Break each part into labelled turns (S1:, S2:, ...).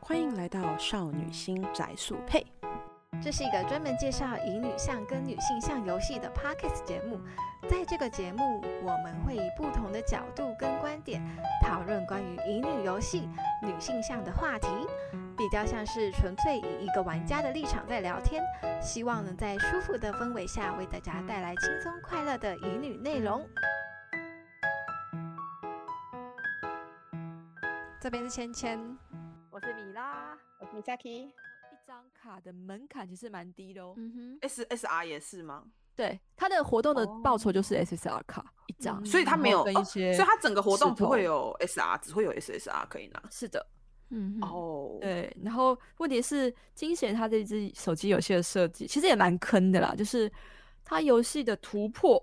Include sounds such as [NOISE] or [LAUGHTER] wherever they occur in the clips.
S1: 欢迎来到少女心宅速配。
S2: 这是一个专门介绍以女向跟女性向游戏的 Podcast 节目。在这个节目，我们会以不同的角度跟观点，讨论关于乙女游戏、女性向的话题，比较像是纯粹以一个玩家的立场在聊天。希望能在舒服的氛围下，为大家带来轻松快乐的乙女内容。这边是芊芊，
S3: 我是米拉，
S4: 我是 Misaki。
S3: 一张卡的门槛其实蛮低的哦。
S2: 嗯哼，
S4: S S R 也是吗？
S3: 对，它的活动的
S4: 哦
S3: 报酬就是 SSR 卡一张，
S2: 嗯
S4: 所以它没有，
S3: 嗯然
S4: 哦
S3: 后跟一些，
S4: 所以它整个活动
S3: 石
S4: 不
S3: 头
S4: 会有 S R，只会有 S S R 可以拿。
S3: 是的，
S2: 嗯哼，
S4: 哦，，
S3: 对。然后问题是，金贤它这只手机游戏的设计其实也蛮坑的啦，就是它游戏的突破，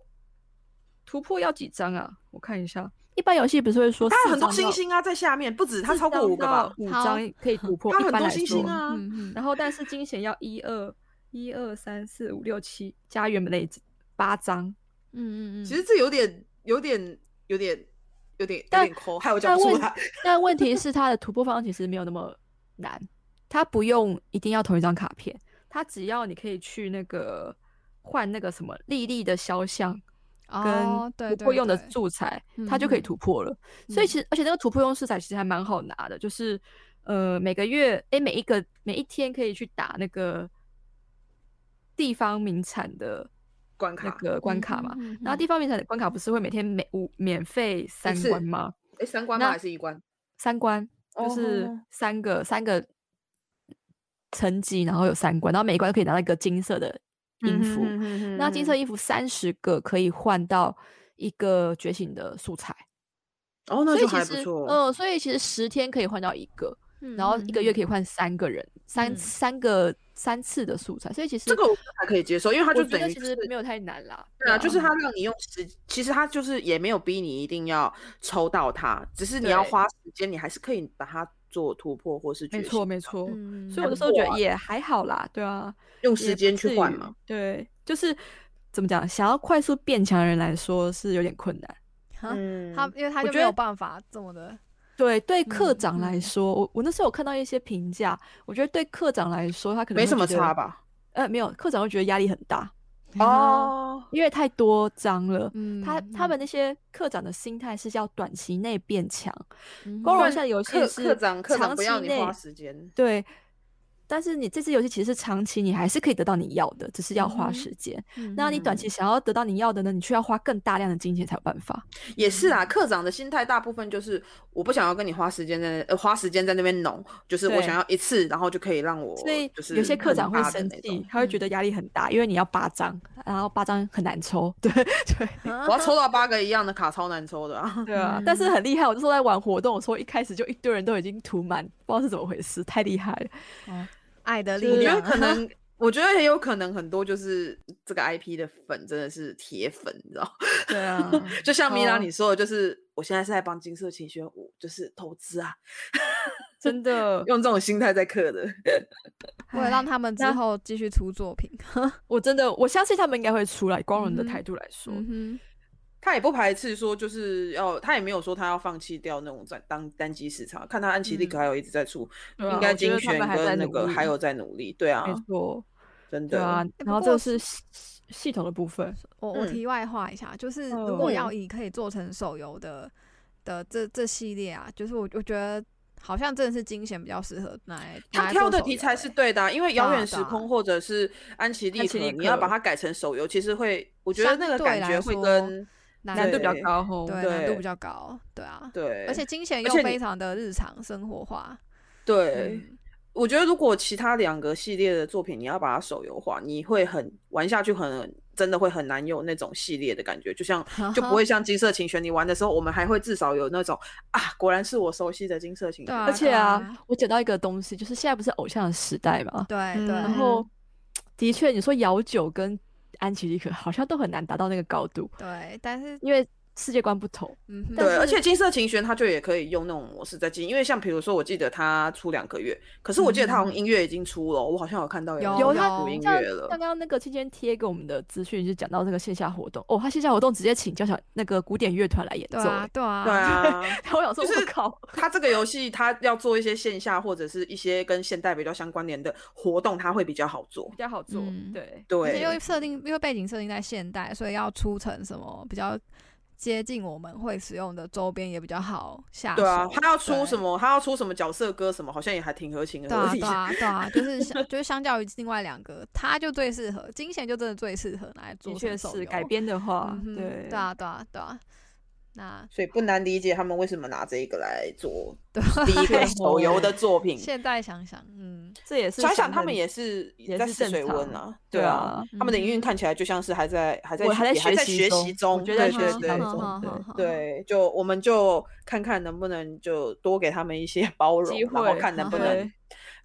S3: 突破要几张啊？我看一下，一般游戏不是会说
S4: 它有
S3: 四
S4: 很多
S3: 张
S4: 星
S3: 到，
S4: 星啊在下面，不止它
S3: 四
S4: 超过
S3: 张
S4: 五个
S3: 到嗯
S4: 吧？
S3: 五
S2: 好
S3: 张可以突破，
S4: 它
S3: 一
S4: 很
S3: 般
S4: 多
S3: 来
S4: 星
S3: 说
S4: 星啊，
S2: 嗯哼，
S3: 然后但是金贤要一二一二三四五六七加原本的八张，
S2: 嗯嗯嗯，
S4: 其实这有点，有点，有点，有点，有点抠，害我讲
S3: 但
S4: 不出
S3: 问
S4: 来。
S3: [LAUGHS] 但问题是它的突破方案其实没有那么难，它不用一定要同一张卡片，它只要你可以去那个换那个什么莉莉的肖像
S2: 哦对
S3: 跟突
S2: 对
S3: 破用的
S2: 对
S3: 素材，它就可以
S2: 嗯
S3: 突破了。所以其实而且那个突破用素材其实还蛮好拿的，就是呃每个月诶每一个每一天可以去打那个地方名产的
S4: 关
S3: 那
S4: 卡，
S3: 个关卡嘛。
S2: 嗯哼
S3: 然后地方名产的关卡不是会每天每五免费三
S4: 次
S3: 关吗？
S4: 哎，三关
S3: 那
S4: 吗？还是一关？
S3: 三关就是
S4: 哦
S3: 三个、三个层级，然后有三关，然后每一关都可以拿到一个金色的
S4: 嗯
S3: 音符。那金色
S4: 衣，
S3: 衣服三十个可以换到一个觉醒的素材，
S4: 哦，那
S3: 所以
S4: 就
S3: 其
S4: 还不
S3: 实
S4: 错。
S3: 呃，所以其实十天可以换到一个，
S2: 嗯
S3: 然后一个月可以
S2: 嗯
S3: 换三个人，三
S2: 嗯
S3: 三个三次的素材，所以其实
S4: 这个我还可以接受，因为它
S3: 我
S4: 就
S3: 觉
S4: 等
S3: 得
S4: 于
S3: 其
S4: 就
S3: 实
S4: 是
S3: 没有太难啦。
S4: 对啊，就是他让你用时，其实他就是也没有逼你一定要抽到它，只是你要
S3: 对
S4: 花时间，你还是可以把它做突破或是
S3: 没
S4: 觉
S3: 错
S4: 醒
S3: 没错。
S2: 嗯
S3: 所以我那时候觉
S4: 啊
S3: 得也还好啦，对啊，
S4: 用
S3: 也
S4: 时
S3: 不
S4: 间去
S3: 至
S4: 换
S3: 于
S4: 嘛。。
S3: 对，就是怎么讲，想要快速变强的人来说是有点困难。
S2: 啊
S4: 嗯
S2: 他因为他
S3: 我
S2: 就
S3: 觉
S2: 没有
S3: 得
S2: 办法这么的，
S3: 对，对课
S2: 嗯
S3: 长来
S2: 嗯
S3: 说，我我那时候有看到一些评价，我觉得对课长来说，他可能
S4: 没
S3: 会
S4: 什么
S3: 觉得嗯
S4: 差。吧？
S3: 呃，没有，课长会觉得压力很
S2: [LAUGHS]
S3: 大，
S4: 哦，
S3: 因为太多张了。
S2: 嗯
S3: 他他们那些课长的心态是要短期内变强，光
S2: 光
S3: 荣
S4: 嗯然
S3: 现在游戏
S4: 课
S3: 是
S4: 课长课长
S3: 长
S4: 不要
S3: 期
S4: 你
S3: 内
S4: 花时间，
S3: 对。但是你这次游戏其实是长期，你还是可以得到你要的，只是要花
S2: 嗯哼
S3: 时间。那你短期想要得到你要的呢，你却要花更大量的金钱才有办法。
S4: 也是
S3: 嗯
S4: 啊。课长的心态大部分就是我不想要跟你花时间在那呃花时间在那边弄，就是我
S3: 对
S4: 想要一次，然后就可以让我
S3: 所以
S4: 就是
S3: 有些课
S4: 很
S3: 长会
S4: 大的
S3: 生
S4: 那种嗯
S3: 气，他会觉得压力很大，因为你要八张，然后八张很难抽。对对
S4: 我要抽到八个一样的卡，超难抽的啊。
S3: 对啊！但是很厉害，我那时候在玩活动，我说一开始就一堆人都已经涂满，不知道是怎么回事，太厉害了。
S2: 爱的
S3: 嗯就
S2: 力
S4: 我
S3: 是
S4: 觉
S2: 量
S4: 得
S2: 啊，
S4: 可 [LAUGHS] 能，我觉得也有可能很多就是这个 IP 的粉真的是铁粉，你知道？
S3: 对啊，
S4: [LAUGHS] 就像米拉
S3: 哦
S4: 你说的，就是我现在是在帮金色琴弦舞，就是投资啊，
S3: 真的，
S4: 用这种心态在刻的。 [LAUGHS]
S2: 为了让他们
S3: [LAUGHS]
S2: 之
S3: 那
S2: 后继续出作品，
S3: 我真的我相信他们应该会出来。光荣的
S2: 嗯哼
S3: 态度来说，
S2: 嗯
S4: 他也不排斥说，就是要他也没有说他要放弃掉那种在当单机市场，看他暗奇力可还有一直在出，
S3: 对啊
S4: 应该
S3: 我觉得
S4: 精
S3: 他们
S4: 选
S3: 还在
S4: 跟那
S3: 努
S4: 个
S3: 力
S4: 还有在努力，对啊
S3: 没，错，
S4: 真
S3: 对
S4: 的
S3: 啊。
S2: 不
S3: 然后这
S2: 过
S3: 个是系系统的部分，
S2: 哼，我我
S4: 嗯
S2: 题外话一下，就是如
S3: 嗯
S2: 果要以可以做成手游的的这这系列啊，就是我我觉得好像真的是金贤比较适合拿来拿
S4: 他
S2: 来
S4: 挑
S2: 做
S4: 的
S2: 手
S4: 题
S2: 游
S4: 材
S2: 欸
S4: 是对的啊、嗯因为遥
S2: 对啊
S4: 远
S2: 对
S4: 时
S2: 啊
S4: 空或者是安琪
S3: 安
S4: 丽
S3: 琪
S4: 可，
S3: 丽
S4: 你要
S3: 可
S4: 把它改成手游，其实会，我觉得
S2: 相
S4: 那个
S2: 对
S4: 感
S2: 来
S4: 觉会
S2: 说
S4: 跟
S3: 难度比较
S4: 对
S3: 高吼。
S2: 对难度
S4: 对
S2: 比较高，对啊，
S4: 对，
S2: 而且金贤
S4: 而
S2: 又
S4: 且
S2: 非
S4: 你
S2: 常的日常生活化，
S4: 对，
S2: 嗯
S4: 我觉得如果其他两个系列的作品你要把它手游化，你会很玩下去很。真的会很难有那种系列的感觉，就
S2: [LAUGHS]
S4: 像就不会像金色琴弦，你玩的时候，我们还会至少有那种啊，果然是我熟悉的金色琴
S2: 对
S4: 弦。
S2: 啊，
S3: 而且
S2: 对
S3: 啊，，我捡到一个东西，就是现在不是偶像的时代嘛，
S2: 对对，
S3: 嗯然后的确，你说姚九跟安琪丽可好像都很难达到那个高度，
S2: 对，但是
S3: 因为世界观不同。
S2: 嗯哼，
S3: 但
S5: 对，而
S3: 是
S5: 且金色琴弦它就也可以用那种模式在进，因为像比如说，我记得它出两个月，可是我记得它好像音乐已经出了，我好像有看到
S2: 有
S5: 有
S3: 有
S2: 有
S3: 他
S5: 出音
S3: 哦像
S5: 乐了
S3: 刚。刚那个期间贴给我们的资讯就讲到那个线下活动哦，他线下活动直接请交响那个古典乐团来演
S2: 对
S3: 奏、
S2: 啊
S3: 欸，，
S2: 对啊，
S5: 对啊，
S3: 然后我想说，
S5: 就是
S3: 我靠，
S5: 它这个游戏它要做一些线下或者是一些跟现代比较相关联的活动，它会比较好做
S3: 比。较好做，
S2: 嗯
S3: 对，
S2: 而且
S5: 对，
S2: 又设定，因为背景设定在现代，所以要出成什么比较接近我们会使用的周边也比较好下手。
S5: 对啊，他要出
S2: 对
S5: 什？么？他要出什么角色歌什么？好像也还挺合情
S2: 对
S5: 合
S2: 啊，
S5: 理。
S2: 对啊，对啊，就是
S5: [LAUGHS]
S2: 相就是相较于另外两个，它就最适合，金钱就真的最适合拿来做
S3: 的
S2: 成
S3: 确
S2: 手
S3: 是
S2: 游
S3: 改。编的话
S2: 嗯，哼
S3: 对，
S2: 对啊，对啊，对啊。那
S5: 所以不难理解他们为什么拿这一个来做
S2: 对
S5: [LAUGHS] 第一个
S3: 没
S5: 手游
S3: [LAUGHS]
S5: 的作品。
S2: 现在想想，嗯，
S3: 这也是
S5: 想想他
S3: 很
S5: 们也是
S3: 也
S5: 在
S3: 是
S5: 试
S3: 正
S5: 水温
S3: 常
S5: 啊，
S3: 对
S5: 对
S3: 啊，
S5: 他们的营运看起来就像是还在还在
S3: 我还
S5: 在
S3: 在
S5: 还
S3: 习
S5: 学习
S3: 中，
S5: 中，
S3: 我觉得还
S5: 对
S3: 在
S2: 嗯
S5: 对
S3: 学习
S5: 对
S3: 当中，对。
S5: 对，就我们就看看能不能就多给他们一些 [LAUGHS] 包容
S3: 机，
S5: 然后
S3: 会嗯
S5: 看能不
S2: 对
S5: 能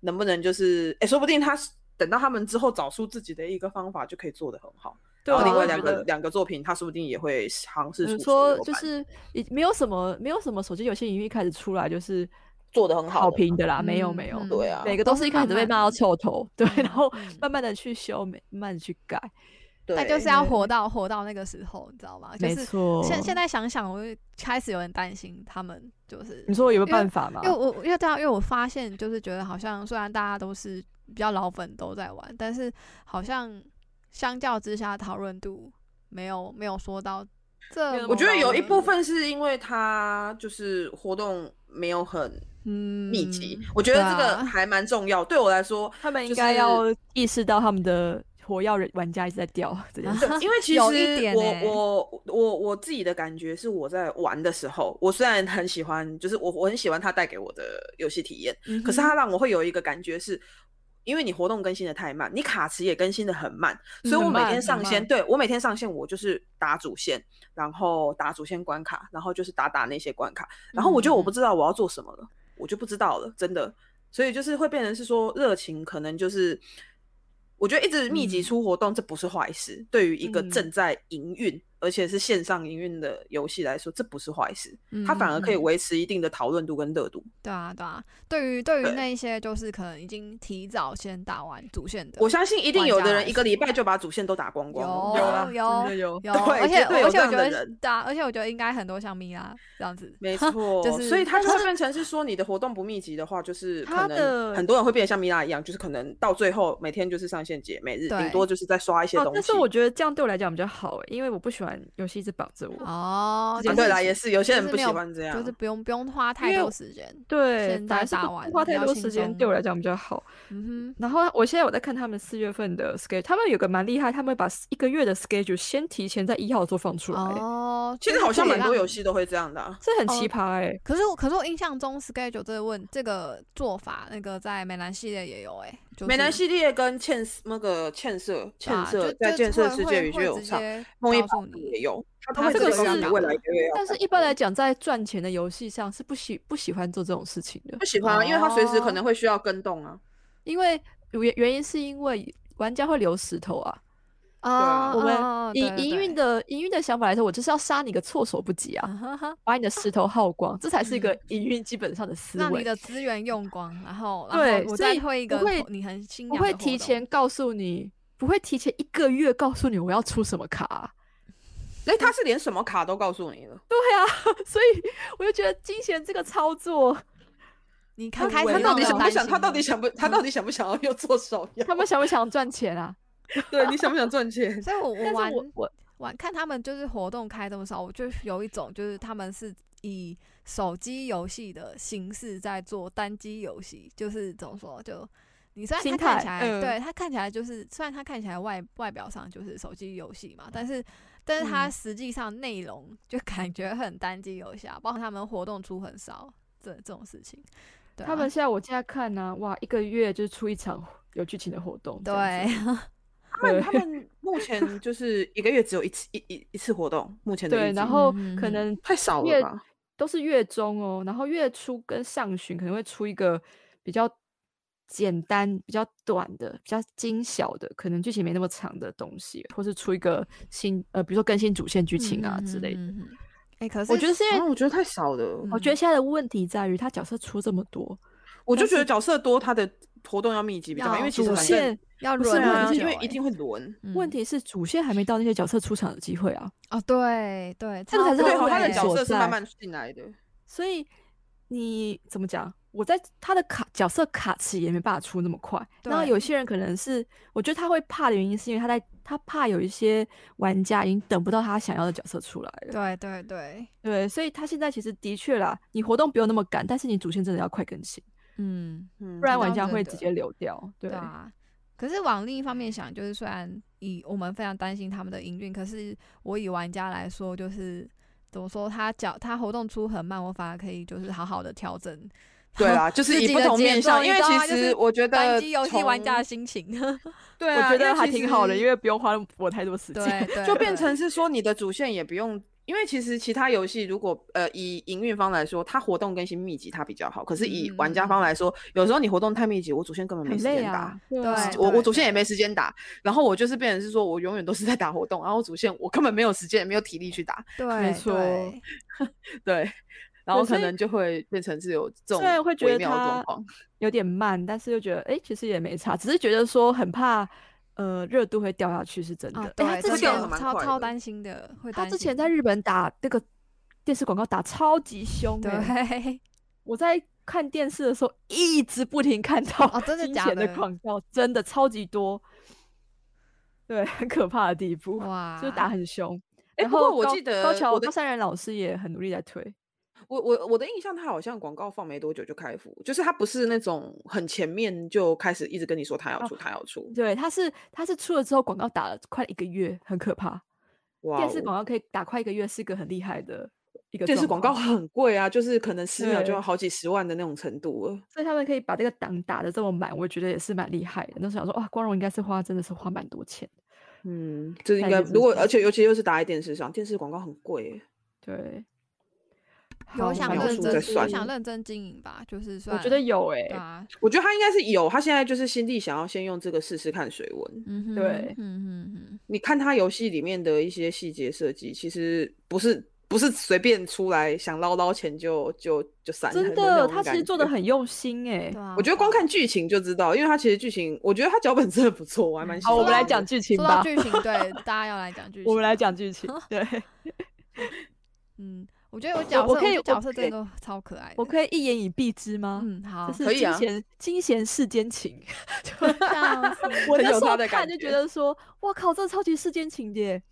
S5: 能不能就是，哎，说不定他是等到他们之后找出自己的一个方法，就可以做得很好。
S3: 对
S5: 然后
S3: 啊
S5: 另外
S3: 我
S5: 两
S3: 觉
S5: 个
S3: 得
S5: 两个作品，他说不定也会尝试出
S3: 你
S5: 手
S3: 说
S5: 游
S3: 就
S5: 版
S3: 是也没有什么没有什么手机游戏营运一开始出来就是
S5: 做得很好
S3: 好
S5: 的
S3: 评的啦，没有
S2: 嗯
S3: 没有，
S2: 嗯
S5: 对啊
S3: 每个都是一开始被骂到臭头，对，然后
S2: 嗯
S3: 慢慢的去修，慢慢的去改，
S2: 那
S5: 对，
S2: 就是要活到活到那个时候，你知道吗？就
S3: 没
S2: 是
S3: 错。
S2: 现现在想想，我就开始有点担心他们，就是
S3: 你说我有没
S2: 因为
S3: 有办法吗
S2: 因？为我因为对啊，因为我发现就是觉得好像虽然大家都是比较老粉都在玩，但是好像相较之下讨论度没有没有说到
S3: 没有
S2: 这，
S3: 那
S5: 我
S3: 么
S5: 觉得有一部
S3: 高
S5: 分是因为他就是活动没有很
S2: 嗯
S5: 密集，我觉得
S2: 对
S5: 这个
S2: 啊
S5: 还蛮重要。对我来说，
S3: 他们应
S5: 就
S3: 该
S5: 是
S3: 要意识到他们的火药人玩家一直在掉这件事。
S5: 对，因为其实
S2: 有一点
S5: 我、
S2: 欸
S5: 我我我自己的感觉是，我在玩的时候，我虽然很喜欢，就是我我很喜欢它带给我的游戏体验，可是它让我会有一个感觉是。因为你活动更新的太慢，你卡池也更新的很慢，所以
S3: 嗯
S5: 我
S3: 很
S5: 每
S3: 慢
S5: 天
S3: 很
S5: 上线，
S3: 慢
S5: 对我每天上线，我就是打主线，然后打主线关卡，然后就是打打那些关卡，然后我就我不知道我要做什么了，我就不知道了，真的。所以就是会变成是说热情，可能就是我觉得一直密集
S2: 嗯
S5: 出活动，这不是坏事。对于一个
S3: 嗯
S5: 正在营运、而且是线上营运的游戏来说，这不是坏事，
S2: 嗯
S5: 它反而可以
S2: 嗯嗯
S5: 维持一定的讨论度跟热度。
S2: 对啊对啊，对于对于
S5: 对
S2: 那一些就是可能已经提早先打完主线的，
S5: 我相信一定有的人一个礼
S2: 玩家来说
S5: 拜就把主线都打光光了，
S2: 有
S3: 啊，
S2: 有
S3: 真的有。
S2: 有，
S5: [LAUGHS] 对
S2: 而且
S5: 绝对有
S2: 而且我觉
S5: 这样的
S2: 得 [LAUGHS]
S5: 人
S2: 对啊，而且我觉得应该很多像米拉这样子，
S5: 没错，
S2: 就是
S5: 所以它就会变成是说，你的活动不密集的话，就是可
S3: 它
S5: 能
S3: 的
S5: 很多人会变得像米拉一样，就是可能到最后每天就是上线节，每日
S2: 对
S5: 顶多就是在刷一些
S3: 哦
S5: 东西。
S3: 但是我觉得这样对我来讲比较好欸，因为我不喜欢游戏一直绑着我。
S2: [LAUGHS] 哦，
S5: 啊
S2: 就
S5: 对
S2: 是
S5: 啦，也是有些
S2: 就
S5: 人
S2: 是
S5: 不
S2: 没
S5: 喜
S2: 有
S5: 欢这样，
S2: 就是不用不用花太
S3: 因为
S2: 多
S3: 我
S2: 时间，
S3: 对，反
S2: 现在
S3: 而是
S2: 打
S3: 不不
S2: 完
S3: 花
S2: 比
S3: 太
S2: 较
S3: 多
S2: 轻
S3: 时间
S2: 松
S3: 对我来讲比较好。
S2: 嗯哼。
S3: 然后我现在有在看他们四月份的 schedule，他们有个蛮厉害，他们会把一个月的 schedule 先提前在一号的时候放出来欸，
S2: 哦，
S5: 其
S2: 就
S5: 实
S2: 是
S5: 好像
S2: 可以
S5: 蛮多
S2: 让
S5: 游。戏都会这样的、啊。
S3: 这很
S2: 哦
S3: 奇葩哎、
S2: 可是我，可是我印象中 schedule 这个问这个做法，那个在美兰系列也有哎、就是
S5: 美男系列跟欠那个欠色
S2: 对啊
S5: 欠色
S2: 就
S5: 在
S2: 就
S5: 建设
S2: 会
S5: 世界
S2: 会
S5: 里就
S2: 会
S5: 有
S2: 直
S5: 唱，
S2: 接
S5: 梦一
S2: 告诉
S5: 宝
S2: 你
S5: 也有，他都
S2: 它
S5: 会
S3: 这个
S5: 直接告
S3: 是
S5: 诉你未来一个月要
S3: 但是
S5: 干
S3: 一般
S5: 嘛
S3: 来讲，在赚钱的游戏上是不喜不喜欢做这种事情的
S5: 不，喜欢啊，因为他随时可
S2: 哦
S5: 能会需要跟动啊。
S3: 因为原原因是因为玩家会留石头啊。
S2: 啊，
S3: 我
S2: 啊
S3: 们以
S2: 对对
S3: 营运
S2: 对
S3: 的营运的想法来说，我就是要杀你个措手不及啊，
S2: 啊哈哈
S3: 把你的石头耗光，这才是一个
S2: 嗯
S3: 营运基本上的思
S2: 让你
S3: 维。
S2: 的资源用光，然后然
S3: 对
S2: 后我
S3: 所
S2: 再
S3: 以
S2: 推一
S3: 不
S2: 个
S3: 会
S2: 你很新
S3: 不会提前告诉你，不会提前一个月告诉你我要出什么卡啊、 [LAUGHS]
S5: 哎，他是连什么卡都告诉你了，
S3: 所以我就觉得金贤这个操作，
S2: 你看
S5: 他
S2: 开始
S5: 他
S2: 让
S5: 到底
S2: 人
S5: 想不
S2: 担
S5: 想？他
S2: 心
S5: 到
S2: 了
S5: 底 [LAUGHS] 想不他到底想不想要又做手游？
S3: 他们想不想赚钱啊？
S5: [LAUGHS] 对你想不想赚钱？
S2: 所以我我
S3: 但
S2: 玩
S3: 是我我
S2: 玩看他们就是活动开这么少，我就有一种就是他们是以手机游戏的形式在做单机游戏，就是怎么说就。你虽然它
S3: 心
S2: 看起来，
S3: 态嗯
S2: 对它看起来就是，虽然它看起来外外表上就是手机游戏嘛，但是但是它
S3: 嗯
S2: 实际上内容就 [LAUGHS] 感觉很单机游戏啊，包括他们活动出很少这这种事情。 [LAUGHS] 对啊、
S3: 他们现在我现在看呢、哇，一个月就是出一场有剧情的活动，这样子
S2: 对
S5: [LAUGHS]
S2: [LAUGHS]
S5: 他们
S3: 对
S5: 他们目前就是一个月只有一次一一一次活动，目前的预
S3: 对，
S5: 计
S3: 然后
S2: 嗯
S3: 可
S2: 嗯
S3: 能
S5: 太少了
S3: 月
S5: 吧？
S3: 都是月中哦，然后月初跟上旬可能会出一个比较简单、比较短的、比较精小的，可能剧情没那么长的东西，或是出一个新呃，比如说更新主线剧情啊之类的。
S2: 嗯嗯嗯嗯哎，可是
S3: 我觉得是因为
S5: 啊，我觉得太少了。
S3: 我觉得现在的问题在于他角色出这么多，
S5: 我就觉得角色多，他的活动要密集比较好，因为其实
S3: 主
S5: 反正
S3: 线
S2: 要
S3: 不是
S2: 轮
S5: 对啊
S3: 问
S2: 很
S3: 题
S2: 久
S5: 因为
S2: 欸
S5: 一定会轮。
S2: 嗯
S3: 问题是主线还没到那些角色出场的机会啊，
S2: 哦，对对，
S3: 这个才是
S2: 超
S5: 对，
S3: 他
S5: 好，
S3: 的
S5: 他的
S3: 问
S2: 累
S3: 题
S5: 角
S3: 所
S5: 色是
S3: 在
S5: 慢慢进
S2: [LAUGHS]
S5: 来的。
S3: 所以你怎么讲？我在他的卡角色卡池也没办法出那么快。然后
S2: 对
S3: 有些人可能是，我觉得他会怕的原因是因为他在他怕有一些玩家已经等不到他想要的角色出来了。
S2: 对对对，
S3: 对，所以他现在其实的确啦，你活动不用那么赶，但是你主线真的要快更新，
S2: 嗯，
S5: 嗯
S3: 不然
S2: 这
S3: 玩
S2: 倒
S3: 家
S2: 真
S3: 会
S2: 的
S3: 直接流掉。对
S2: 对啊。可是往另一方面想，就是虽然以我们非常担心他们的营运，可是我以玩家来说，就是怎么说，他脚他活动出很慢，我反而可以就是好好的调整。
S5: 对啦，就是
S2: 自
S5: 以
S2: 己
S5: 不
S2: 的
S5: 同
S2: 节
S5: 面
S2: 奏
S5: 向，
S2: 你
S5: 因为
S2: 知道
S5: 其
S2: 吗就
S5: 实
S2: 是
S5: 我觉得
S2: 单机游戏
S5: 从
S2: 玩家的心情， [LAUGHS]
S5: 对啊，
S3: 我觉
S5: 因为
S3: 得还
S5: 其
S3: 挺好的，
S5: 实
S3: 因为不用花那么我太多时间。 [LAUGHS]
S2: 对对，
S5: 就变
S2: 对
S5: 成是说你的主线也不用，因为其实其他游戏如果呃以营运方来说，它活动更新密集它比较好，可是以玩
S2: 嗯
S5: 家方来说，有时候你活动太密集，我主线根本没
S3: 很
S5: 时
S3: 累
S5: 间打。
S3: 啊，
S2: 对
S5: 我我主线
S2: 对
S5: 也没时间打，然后我就是变成是说我永远都是在打活动，然后主线我根本没有时间，也没有体力去打，
S2: 对，
S5: 没错
S2: 对
S5: 对，然后
S3: 所
S5: 可
S3: 以
S5: 能就会变成是有这种
S3: 虽然会觉
S5: 微
S3: 得
S5: 妙的状
S3: 它
S5: 况，
S3: 有点慢，但是又觉得哎、诶其实也没差，只是觉得说很怕呃热度会掉下去是真的。
S2: 啊，
S3: 诶
S2: 对，
S3: 他
S5: 这
S3: 之
S2: 真
S5: 个
S3: 前
S5: 好
S2: 的
S5: 像蛮
S2: 超
S5: 快
S2: 超
S5: 的
S2: 担心的，会
S3: 他
S2: 担
S3: 之前
S2: 心
S3: 在日本打那个电视广告打超级凶、欸，
S2: 对，
S3: 我在看电视的时候一直不停看到
S2: 哦真的
S3: 金
S2: 假
S3: 钱的
S2: 的
S3: 广告，真的超级多，对，很可怕的地步，
S2: 哇，
S3: 就是打很凶。
S5: 诶
S3: 然
S5: 不过
S3: 后
S5: 我
S3: 高
S5: 记得
S3: 高
S5: 我
S3: 桥
S5: 的
S3: 高山人老师也很努力在推，
S5: 我我我的印象，它好像广告放没多久就开服，就是它不是那种很前面就开始一直跟你说它要
S3: 哦
S5: 出，它要出。
S3: 对，他是他是出了之后广告打了快一个月，很可怕。
S5: 哇
S3: 电视
S5: 哦
S3: 广告可以打快一个月，是个很厉害的一个
S5: 电视
S3: 状
S5: 广告
S3: 况，
S5: 很贵啊，就是可能十秒就
S3: 对
S5: 要好几十万的那种程度了。
S3: 所以他们可以把这个档打的这么满，我觉得也是蛮厉害的。那时候想说，哇，光荣应该是花真的是花蛮多钱的。
S5: 嗯，这应
S3: 看
S5: 该
S3: 电视
S5: 如果
S3: 上
S5: 而且尤其又是打在电视上，电视广告很贵耶。
S3: 对，好
S2: 有想
S3: 反
S5: 描
S3: 正
S2: 认
S5: 述
S3: 我
S5: 再
S2: 真，有
S5: 算
S2: 想认真经营吧，就是算
S3: 我觉得有哎、
S2: 对啊，
S5: 我觉得他应该是有，他现在就是心地想要先用这个试试看水温。
S2: 嗯哼，
S3: 对
S2: 嗯哼哼，
S5: 你看他游戏里面的一些细节设计，其实不是不是随便出来想捞捞钱就就就散
S3: 真
S5: 了那
S3: 的，
S5: 种
S3: 他其
S5: 感
S3: 实做的
S5: 觉
S3: 很用心哎、
S2: 对啊，
S5: 我觉得光看剧情就知道，因为它其实剧情，我觉得它脚本真的不错，我还蛮喜欢
S3: 嗯好，
S5: 的。
S3: 我们来讲剧情
S2: 说到
S3: 吧。
S2: 剧情，对，大家要来讲剧情，
S3: 我们来，讲剧情。对， [LAUGHS]
S2: 嗯，我觉得
S3: 我
S2: 我角色，
S3: 我可以
S2: 觉得角色
S3: 我可
S2: 真
S3: 以
S2: 的都超可爱的，
S3: 我可以一言以蔽之吗？
S2: 嗯，好
S3: 这，
S5: 可
S3: 是
S5: 以
S3: 金
S5: 啊
S3: 钱、金钱世间情。 [LAUGHS]
S2: 笑死
S3: 我
S5: 很
S3: 那
S5: 有
S3: 时
S5: 他
S3: 候
S5: 的
S3: 看
S5: 感
S3: 就觉
S5: 觉
S3: 得说，哇靠，这超级世间情的耶。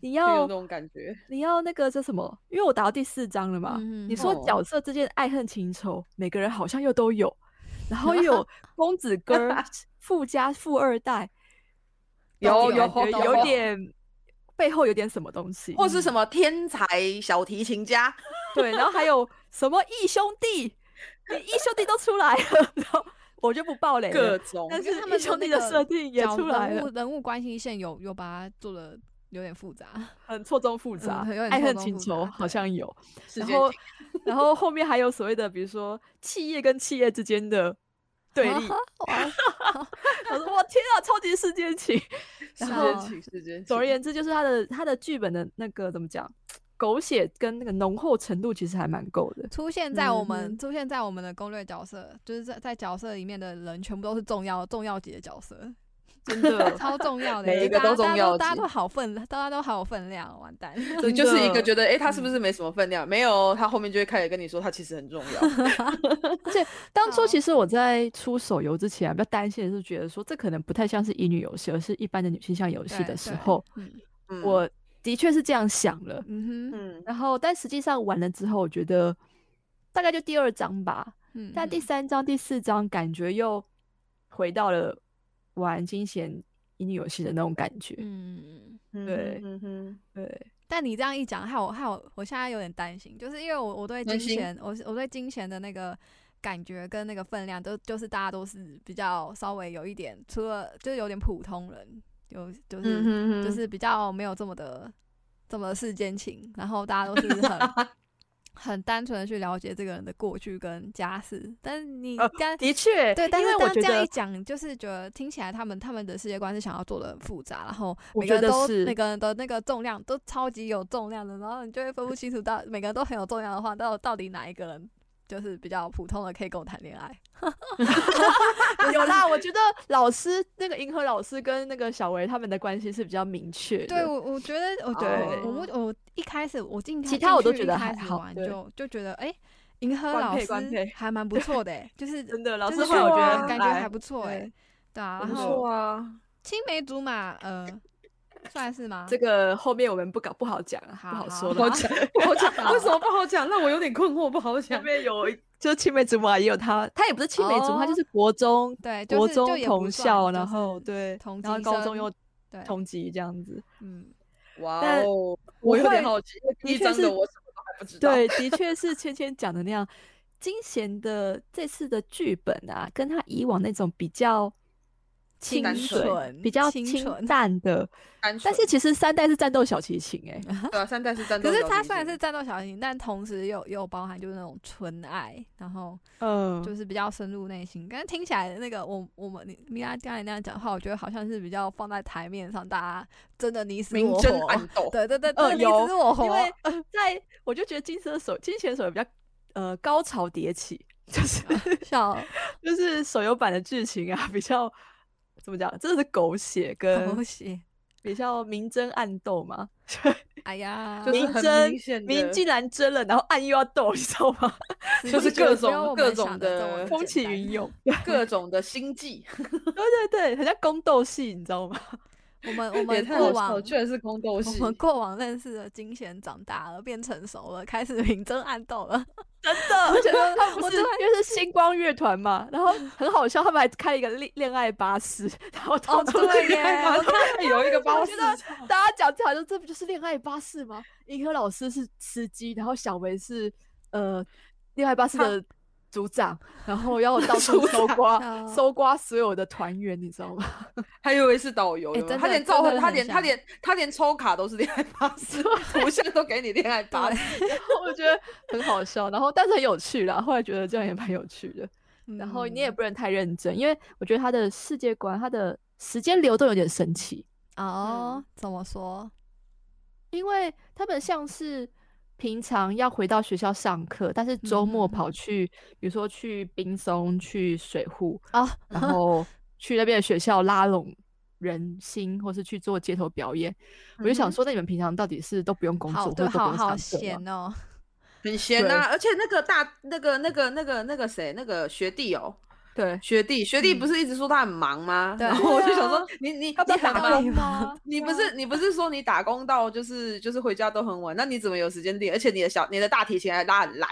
S3: 你
S5: 很有
S3: 要
S5: 那种感觉。
S3: 你要那个叫什么？因为我打到第四章了嘛，
S2: 嗯
S3: 你
S2: 哼
S3: 说
S5: 哦
S3: 角色之间的爱恨情仇，每个人好像又都有，然后又
S2: [LAUGHS]
S3: 有公子哥儿、富家富二代，
S5: 有
S3: 有
S5: 有
S3: 有有，点背后有点什么东西，
S5: 或是什么天才小提琴家，
S3: 对，然后还有什么义兄弟，你义兄弟都出来了， [LAUGHS] 然后我就不爆雷
S5: 各
S3: 了。
S5: 种
S3: 但
S2: 觉得
S3: 是
S2: 他
S3: 义
S2: 们的
S3: 兄
S2: 那
S3: 弟的
S2: 个
S3: 设定也
S2: 角
S3: 出来
S2: 人物
S3: 了，
S2: 人物关系线有有把它做的有点复杂，
S3: 很错综复杂
S2: 嗯，有点
S3: 爱
S2: 错
S3: 恨
S2: 综
S3: 情
S2: 复
S3: 仇
S2: 杂
S3: 好
S2: 对。
S3: 像有。
S5: 世
S3: 然
S5: 界
S3: 后，然后后面还有所谓的，比如说企业跟企业之间的对立
S2: 哇，
S3: 我说我天啊，超级世界情。
S5: 世
S3: 然
S5: 界
S3: 后，
S5: 情，世界情。
S3: 总而言之，就是他的他的剧本的那个怎么讲，狗血跟那个浓厚程度其实还蛮够的。
S2: 出现在我们、
S3: 嗯哼
S2: 出现在我们的攻略角色，就是在在角色里面的人，全部都是重要重要级的角色，
S3: [LAUGHS] 真的
S2: 超重
S3: [LAUGHS]
S2: 要的，
S5: 每
S2: 就
S5: 一个
S2: 大家
S5: 都重要级
S2: 大家都大家都好分，大家都好有分量，完蛋。
S5: 你就是一
S3: 真
S5: 个
S3: 的嗯
S5: 觉得，哎、他是不是没什么分量？没有，他后面就会开始跟你说，他其实很重要。
S3: [LAUGHS] 当初
S2: 好
S3: 其实我在出手游之前啊，比较担心的是觉得说，这可能不太像是乙女游戏，而是一般的女性向游戏
S2: 对
S3: 的时
S2: 对
S3: 候，
S2: [LAUGHS] 嗯
S5: 嗯
S3: 我的确是这样想了。
S2: 嗯哼，
S5: 嗯，
S3: 然后，但实际上玩了之后，我觉得大概就第二章吧，
S2: 嗯，
S3: 但第
S2: 嗯
S3: 三章、第四章感觉又回到了玩金钱乙女游戏的那种感觉。
S2: 嗯，
S3: 对
S5: 嗯哼，
S3: 对，
S2: 但你这样一讲，害我害我，我现在有点担心，就是因为我我对金
S5: 担心
S2: 钱，我是我对金钱的那个感觉跟那个分量，都就是大家都是比较稍微有一点，除了就是有点普通人，有就是、
S5: 嗯哼哼， [LAUGHS]
S2: 就是比较没有这么的这么的世间情，然后大家都是很很单纯的去了解这个人的过去跟家世，但是你
S5: 哦
S3: 呃
S2: 刚、
S3: 的确，
S2: 对，但
S3: 因
S2: 是
S3: 为我
S2: 但
S3: 觉
S2: 这样
S3: 得
S2: 一讲，就是觉得听起来他们他们的世界观是想要做的很复杂，然后
S3: 我
S2: 每个
S3: 觉
S2: 人
S3: 得
S2: 都
S3: 是
S2: 每个人的那个重量都超级有重量的，然后你就会分不清楚到每个人都很有重量的话，到到底哪一个人就是比较普通的可以跟我谈恋爱？
S3: 有啦，我觉得老师那个银河老师跟那个小维他们的关系是比较明确的。哦
S2: 对我，我觉得我
S5: 对
S2: 我我我一开始我进
S3: 其他我都
S2: 进去
S3: 觉得
S2: 一开
S3: 还
S2: 始
S3: 好
S2: 玩
S3: 对
S2: 就就觉得哎。银河
S3: 官
S2: 老
S3: 配
S2: 师
S3: 官配
S2: 还蛮不错的、欸，就是
S3: 真的老
S2: 就
S3: 师
S2: 是
S3: 后来我觉得
S2: 感感觉还不错哎、
S3: 对
S2: 对啊，
S3: 还不
S2: 然后
S3: 错啊。
S2: 青梅竹马，呃，算是吗？
S3: 这个后面我们不搞不好讲啊，不
S2: 好
S3: 好
S2: 好
S3: 说
S2: 好
S3: 了啊。
S5: 不好讲，为什么不好讲？让我有点困惑，不好
S3: 前
S5: 讲。
S3: 面有一 [LAUGHS] 就是青梅竹马也有他，他也不是青梅竹马，他就
S2: 哦
S3: 是国中 [LAUGHS]
S2: 对，就
S3: 国
S2: 是就
S3: 中
S2: 也不
S3: 同
S2: 算
S3: 校，
S2: 就
S3: 然
S2: 是
S3: 后对，
S2: 同
S3: 然后
S2: 级
S3: 高中
S2: 生
S3: 又
S2: 对，
S3: 同级这样子。
S2: 嗯，
S5: 哇
S3: 但
S5: 哦，
S3: 我
S5: 我有
S3: 会
S5: 点好奇，第一
S3: 确
S5: 章
S3: 是
S5: 的我什么都还不知道。
S3: 对，的确是芊芊讲的那样，金贤的这次的剧本啊，跟他以往那种比较清
S5: 单
S3: 水、
S2: 纯
S3: 比较
S2: 清
S3: 清
S2: 纯
S3: 淡的，
S5: 单
S3: 但
S5: 纯，
S3: 是其实三代是战斗小提琴哎、
S5: 对啊，三代是战斗
S2: 可是
S5: 小提琴。
S2: 它虽然是战斗小提琴，但同时又又包含就是那种纯爱，然后
S3: 嗯，
S2: 就是比较深入内心。刚才听起来那个我我们你米拉刚才那样讲话，我觉得好像是比较放在台面上，大家真的你死
S5: 明
S2: 我
S5: 争
S2: 活，
S5: 暗斗，
S2: 对对对，
S3: [LAUGHS] 呃
S2: 真的你
S3: 有
S2: 死我活
S3: 因，为、呃、在我就觉得金蛇手、金钱手游比较呃高潮迭起，就是
S2: [LAUGHS] 笑
S3: 就是手游版的剧情啊，比较怎么讲，真的是狗血
S2: 狗
S3: 跟
S2: 血，
S3: 比较明争暗斗嘛，
S2: 哎呀，
S5: 就是
S3: 明
S5: 很
S3: 争
S5: 明显的
S3: 明竟然争了，然后暗又要斗，你知道吗？
S5: 就是
S2: 觉得
S5: 各
S2: 不要
S5: 种
S2: 我
S5: 各
S2: 们
S5: 种
S2: 想得这
S5: 的
S2: 么
S3: 风
S2: 简
S3: 起
S2: 单
S3: 云涌，
S5: [LAUGHS] 各种的心计，
S3: 对对对，很像宫斗戏，你知道吗？ [LAUGHS]
S2: 我们我
S5: 也
S2: 们
S5: 太
S2: 过
S5: 好笑了，
S2: 往
S5: 居然是宫斗
S2: 我
S5: 戏。 [LAUGHS]
S2: 们过往认识的金贤长大了，变成熟了，开始明争暗斗了。 [LAUGHS]
S3: 真的，而且 [LAUGHS] 他他不
S2: 我
S3: 是
S2: 突然
S3: 因为是星光乐团嘛，然后很好笑，他们还开一个恋恋爱巴士，然后到处 [LAUGHS]
S2: 对
S3: 恋爱
S2: 耶
S3: 巴
S2: 我
S3: 士
S5: 看有一个
S3: 我
S5: 巴士
S3: 觉，得
S2: [LAUGHS]
S3: 大家讲起来就这不就是恋爱巴士吗？银河老师是司机，然后小维是呃恋爱巴士的组长，然后要到
S2: [LAUGHS]
S3: 处搜刮
S2: 长哦
S3: 搜刮所有的团员，你知道
S2: [LAUGHS]
S3: 吗？
S5: 还以为是导游，
S2: 哎
S5: 有没有
S2: 真
S5: 他
S2: 的
S5: 连照
S2: 真
S5: 会，
S2: 的
S5: 他
S2: 很
S5: 连
S2: 像
S5: 他连他连抽卡都是恋爱巴士，图像都给你恋爱巴士。
S3: 我觉得很好笑，然后但是很有趣啦，后来觉得这样也蛮有趣的。然后你也
S2: 嗯
S3: 不能太认真，因为我觉得他的世界观、他的时间流动有点神奇，嗯
S2: 哦，怎么说？
S3: 因为他们像是平常要回到学校上课，但是周末
S2: 嗯
S3: 跑去，比如说去冰松、去水户，
S2: 哦，
S3: 然后去那边的学校拉拢人心，或是去做街头表演。我就想说，那你们平常到底是都不用工作，
S2: 好
S3: 或者
S2: 对，
S3: 都不
S2: 好
S3: 用
S2: 好
S3: 上课吗？
S2: 闲哦。
S5: 很闲啊呐、而且那个大那个那个那个那个谁那个学弟哦，
S3: [LAUGHS]
S2: [LAUGHS]
S3: 对，
S5: 学弟学弟不是一直说他很忙吗？
S2: 对
S5: 然后我就
S3: 对啊
S5: 想说，你你你
S3: 他不是
S5: 打
S3: 打
S5: 工
S3: 工吗？ [LAUGHS]
S5: 你不
S3: 嗯
S5: 是你不是说你打工到就是就是回家都很晚，那你怎么有时间练？而且你的小你的大提琴还拉很烂，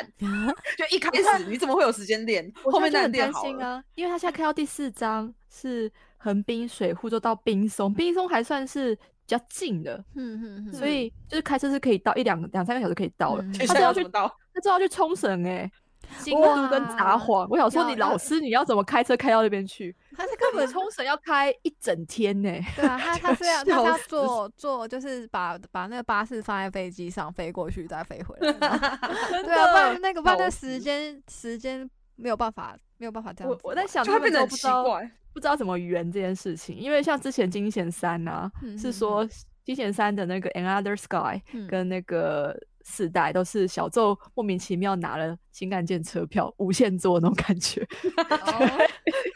S5: 就一开始你怎么会有时间练？
S3: 啊我
S5: 后面
S3: 现
S5: 那
S3: 在就很
S5: 练
S3: 担
S5: 好
S3: 心
S5: 了。
S3: 啊，因为他现在看到第四章是横滨水户，就到冰松，冰松还算是比较近的，
S2: 嗯嗯嗯，
S3: 所以就是开车是可以到一两两三个小时可以到了。
S2: 嗯
S5: 接
S3: 他
S5: 下
S3: 就
S5: 来
S3: 要
S5: 哎要
S3: 去
S5: 怎么，到？
S3: 他就要去冲绳哎、京都跟札幌。我想说，
S2: 要
S3: 你老
S2: 要
S3: 师你要怎么开车开到那边去？
S2: 他是根
S3: 我们
S2: 本
S3: [LAUGHS] 冲绳要开一整天呢、
S2: 对啊，他他是要他
S3: [LAUGHS]
S2: 是
S3: 笑
S2: 要
S3: 死
S2: 坐坐，就是把把那个巴士放在飞机上飞过去，再飞回来。
S3: [LAUGHS]
S2: [LAUGHS] 对啊，不然那个不然那
S3: 笑
S2: 时
S3: 死
S2: 间时间没有办法没有办法这样
S3: 我
S2: 子玩。
S3: 我在想，
S5: 就
S3: 他
S5: 会
S3: 们
S5: 变得
S3: 都
S5: 很
S3: 不
S5: 奇
S3: 知道
S5: 怪。
S3: 不知道怎么圆这件事情，因为像之前金贤三啊，
S2: 嗯
S3: 是说金贤三的那个 Another Sky，
S2: 嗯
S3: 跟那个四代都是小奏莫名其妙拿了新干线车票，无限坐那种感觉。
S2: 哦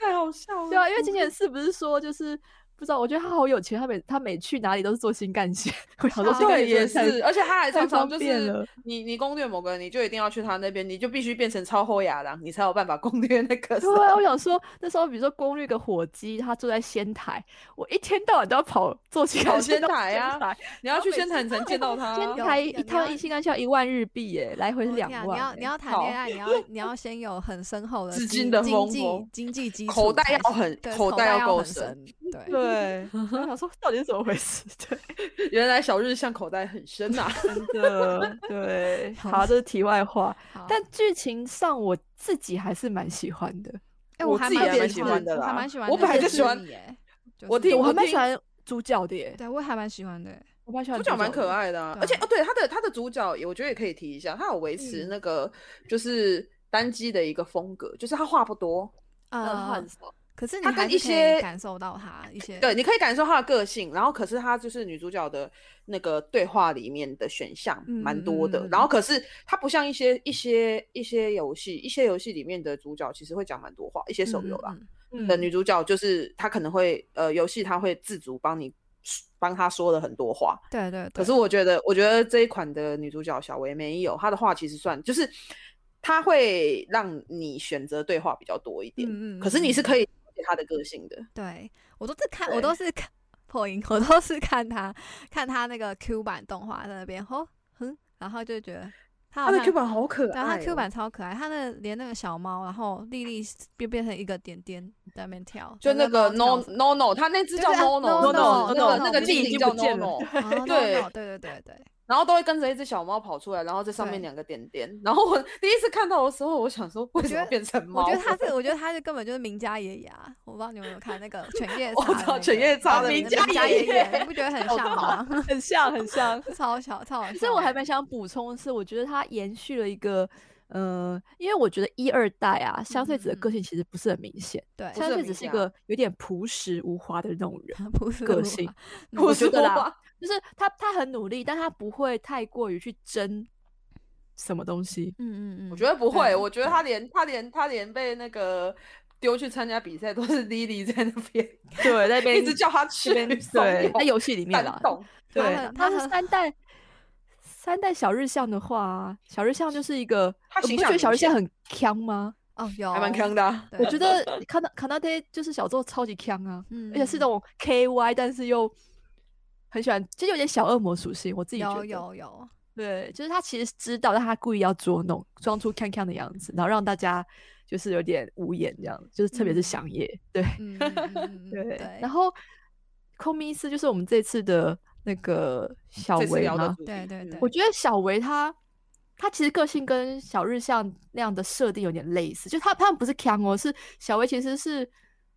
S5: 太好笑了
S3: 对啊，因为金贤四不是说就是不知道，我觉得他好有钱，他每他每去哪里都是坐新干线。 [LAUGHS] 我想说
S2: 啊
S3: 新干
S5: 对，
S3: 线真
S5: 也
S3: 的太
S5: 是，而且他还
S3: 太
S5: 常常
S3: 方
S5: 就
S3: 便了
S5: 是你你攻略某个人，你就一定要去他那边，你就必须变成超后亚郎，你才有办法攻略那
S3: [LAUGHS]
S5: 个。
S3: 对啊，我想说那时候，比如说攻略个火鸡，他坐在仙台，我一天到晚都要跑坐新干
S5: 跑
S3: 线
S5: 仙
S3: 到
S5: 台啊
S3: 台
S5: 你要去仙台，你才能见到他啊。
S3: 仙
S2: 有
S3: 台
S2: 有
S3: 一
S2: 你
S3: 趟
S2: 要
S3: 一新干线要一万日币耶，来回是
S2: 我
S3: 两
S2: 天啊
S3: 万
S2: 你要你
S3: 耶
S2: 要谈恋爱，你要你要先有很深厚的
S5: 哎资
S2: 经
S5: 金的
S2: 经
S5: 丰
S2: 济
S5: 富
S2: 经济基础才行，
S5: 口袋要很
S2: 对
S5: 口
S2: 口
S5: 袋要
S2: 要
S5: 够
S2: 很
S5: 深
S2: 深，对，
S3: 对，欸 [LAUGHS] 我想说到底是怎么回事？ [LAUGHS] 对。
S5: 原来小日向口袋很深啊呐、
S3: 真的，对，
S2: 好
S3: 好，这是题外话。
S2: 好
S3: 但剧情上我自己还是蛮喜欢的，
S2: 哎，
S5: 我
S2: 还
S5: 自己
S2: 蛮
S5: 也蛮喜欢的
S2: 我还
S5: 啦
S2: 蛮喜欢，
S5: 我本来就喜欢，
S2: 耶，
S5: 我
S2: 是
S5: 听
S3: 我还
S2: 我
S3: 蛮
S5: 听
S3: 喜欢主角的耶。
S2: 对我还蛮喜欢的，
S3: 我蛮喜欢
S5: 主角蛮可
S3: 的。
S5: 爱的、啊，
S2: 对
S5: 而且
S2: 啊嗯
S5: 哦，对他的他的主角也，我觉得也可以提一下，他有维持那个就是单机的一个风格，就是他话不多，
S3: 嗯，
S2: 呃
S3: 很，少
S2: 可是你
S5: 它跟
S2: 还是
S5: 一
S2: 可以
S5: 些
S2: 感受到他一些
S5: 对，你可以感受他的个性，然后可是他就是女主角的那个对话里面的选项蛮多的，
S2: 嗯嗯嗯嗯
S5: 然后可是他不像一些一些一些游戏，一些游戏里面的主角其实会讲蛮多话，一些手游啦、
S2: 嗯
S5: 的女主角就是她可能会呃游戏她会自主帮你帮她说了很多话，
S2: 对对对。
S5: 可是我觉得，我觉得这一款的女主角小维没有，她的话其实算就是，她会让你选择对话比较多一点，
S2: 嗯嗯
S5: 可是你是
S2: 嗯
S5: 可以了解她的个性的。
S2: 对我都是看，
S5: 对
S2: 我都是看破音，我都是看他看他那个 Q 版动画在那边，吼哼，然后就觉得他
S5: 她
S2: 好
S5: 的
S2: 像
S5: Q 版好可
S2: 对
S5: 爱、
S2: 啊，
S5: 哦，
S2: 它 Q 版超可爱，它的连那个小猫，然后莉莉变变成一个点点在那边跳，
S5: 就那个
S2: 在边
S5: No
S2: 跳舞
S5: [LAUGHS] No No，她那只
S2: 对
S5: 叫
S2: 对啊
S5: No No
S2: Nono，
S5: 那个
S2: Nono，
S5: 那个
S2: 就是
S5: 精
S3: 已
S5: 灵
S3: 经
S5: 叫
S3: 不见
S5: No
S3: 了
S2: [LAUGHS]
S5: No，
S2: 哦，no，no，
S5: [LAUGHS] 对
S2: 对对对对，
S5: 然后都会跟着一只小猫跑出来，然后在上面
S2: 对
S5: 两个点点。然后我第一次看到的时候，我想说为什
S2: 觉
S5: 么
S2: 得
S5: 变成猫
S2: 我
S5: 了？
S2: 觉得
S5: [LAUGHS]
S2: 它是，我觉得它是根本就是名家爷爷啊！我不知道你们有没有看那
S5: [LAUGHS]
S2: 个犬夜叉
S5: 我
S2: 的那个，
S5: 知道犬夜叉
S2: 对那
S5: 的名家
S2: 家
S5: 爷
S2: 爷
S5: 爷
S2: 爷，你不觉
S5: [LAUGHS]
S2: 得很像吗？
S3: 很像，很像。
S2: [LAUGHS] 超小，超好笑。欸
S3: 其实我还蛮想补充的是，我觉得它延续了一个，呃，因为我觉得一二代啊，相对子的
S2: 嗯嗯
S3: 个性其实不是很明显，
S2: 对，
S5: 不
S3: 相
S5: 是
S3: 对
S5: 很
S3: 子
S5: 明
S3: 是一
S5: 显啊
S3: 个有点朴实无华的那种人，
S2: [LAUGHS] 不是
S3: 个
S2: 我
S3: 性
S2: 啊
S3: 嗯我
S5: 是
S3: 觉得啦
S5: 吧，
S3: 就是他他很努力，但他不会太过于去争什么东西。
S2: 嗯嗯嗯，
S5: 我觉得不
S2: 对
S5: 会，我觉得她连她连她连被那个丢去参加比赛都是 Lily 在那边。
S3: 对，那边
S5: 一直叫他去
S3: 那边对，在游戏里面啦
S5: 感，动，
S3: 对
S2: 很，
S3: 他
S2: 他
S3: 是
S2: 很
S3: 三代三代小日向的话啊，小日向就是一个，
S5: 他
S3: 呃
S5: 形
S3: 不觉
S5: 象
S3: 得
S5: 明
S3: 小日向
S5: 显
S3: 很强吗？
S2: 哦有，
S5: 还蛮坑的啊。
S2: 对。
S3: 我觉得卡纳卡纳爹就是小时候超级强啊，
S2: 嗯，嗯，
S3: 而且是那种 K Y，但是又很喜欢，就有点小恶魔属性，我自己觉
S2: 有
S3: 得。
S2: 有有，
S3: 对，就是他其实知道，但他故意要捉弄，装出康康的样子，然后让大家就是有点无言这样，就是特别是
S2: 嗯
S3: 祥野，对
S2: 嗯嗯嗯
S5: [LAUGHS]
S2: 嗯嗯
S3: 对。
S2: 对
S3: 然后空明斯就是我们这次的那个小
S5: 这次
S3: 维
S5: 聊的
S3: 嘛，
S5: 主题，
S2: 对对
S5: 嗯
S2: 对
S3: 我觉得小维他他其实个性跟小日向那样的设定有点类似，就他他们不是康哦，是小维其实是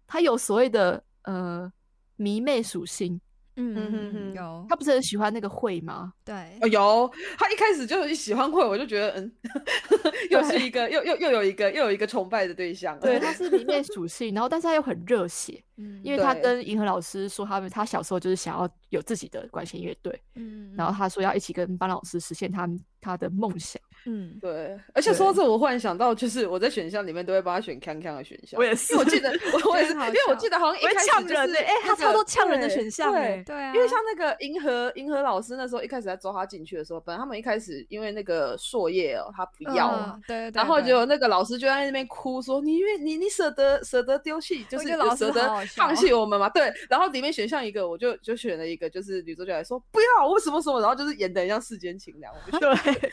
S3: 他有所谓的呃迷妹属性，
S2: 嗯
S5: 嗯
S2: 嗯
S5: 嗯
S2: 嗯
S5: 嗯
S2: 有
S3: 他不是很喜欢那个会吗？
S2: 对
S5: 哦，有他一开始就喜欢会，我就觉得嗯， [LAUGHS] 又是一个又又又有一个又有一个崇拜的对象。啊
S3: 对，他是迷妹属性，然后但是他又很热血。
S2: 嗯
S3: 因为他
S5: 对
S3: 跟银河老师说，他们他小时候就是想要有自己的管弦乐队，
S2: 嗯，
S3: 然后他说要一起跟班老师实现他们他的梦想。
S2: 嗯
S5: 对，而且说到这，我忽然想到，就是我在选项里面都会帮他选康康的选项。
S3: 我也是
S5: 因为我记得我我也是，
S2: 真好
S5: 因为我
S2: 笑
S5: 记得好像一
S3: 我会
S5: 开始
S3: 呛
S5: 就是
S3: 人欸哎
S5: 那
S3: 他超
S5: 个
S3: 多呛人的
S5: 对
S3: 选项
S5: 对
S3: 欸
S2: 对啊，
S5: 因为像那个银河银河老师那时候一开始在抓他进去的时候，本来他们一开始因为那个硕叶哦，他不要嘛，
S2: 嗯对，对
S5: 然后
S2: 对
S5: 结果那个老师就在那边哭说：“你愿你你舍得舍得丢弃，就
S2: 我
S5: 是
S2: 觉得老
S5: 就
S2: 师
S5: 舍
S2: 好
S5: 得
S2: 好笑
S5: 放弃我们嘛？”对。然后里面选项一个，我就就选了一个，就是女主角来说不要我什么什么，然后就是演的像世间情凉。我就觉得
S3: 对，而且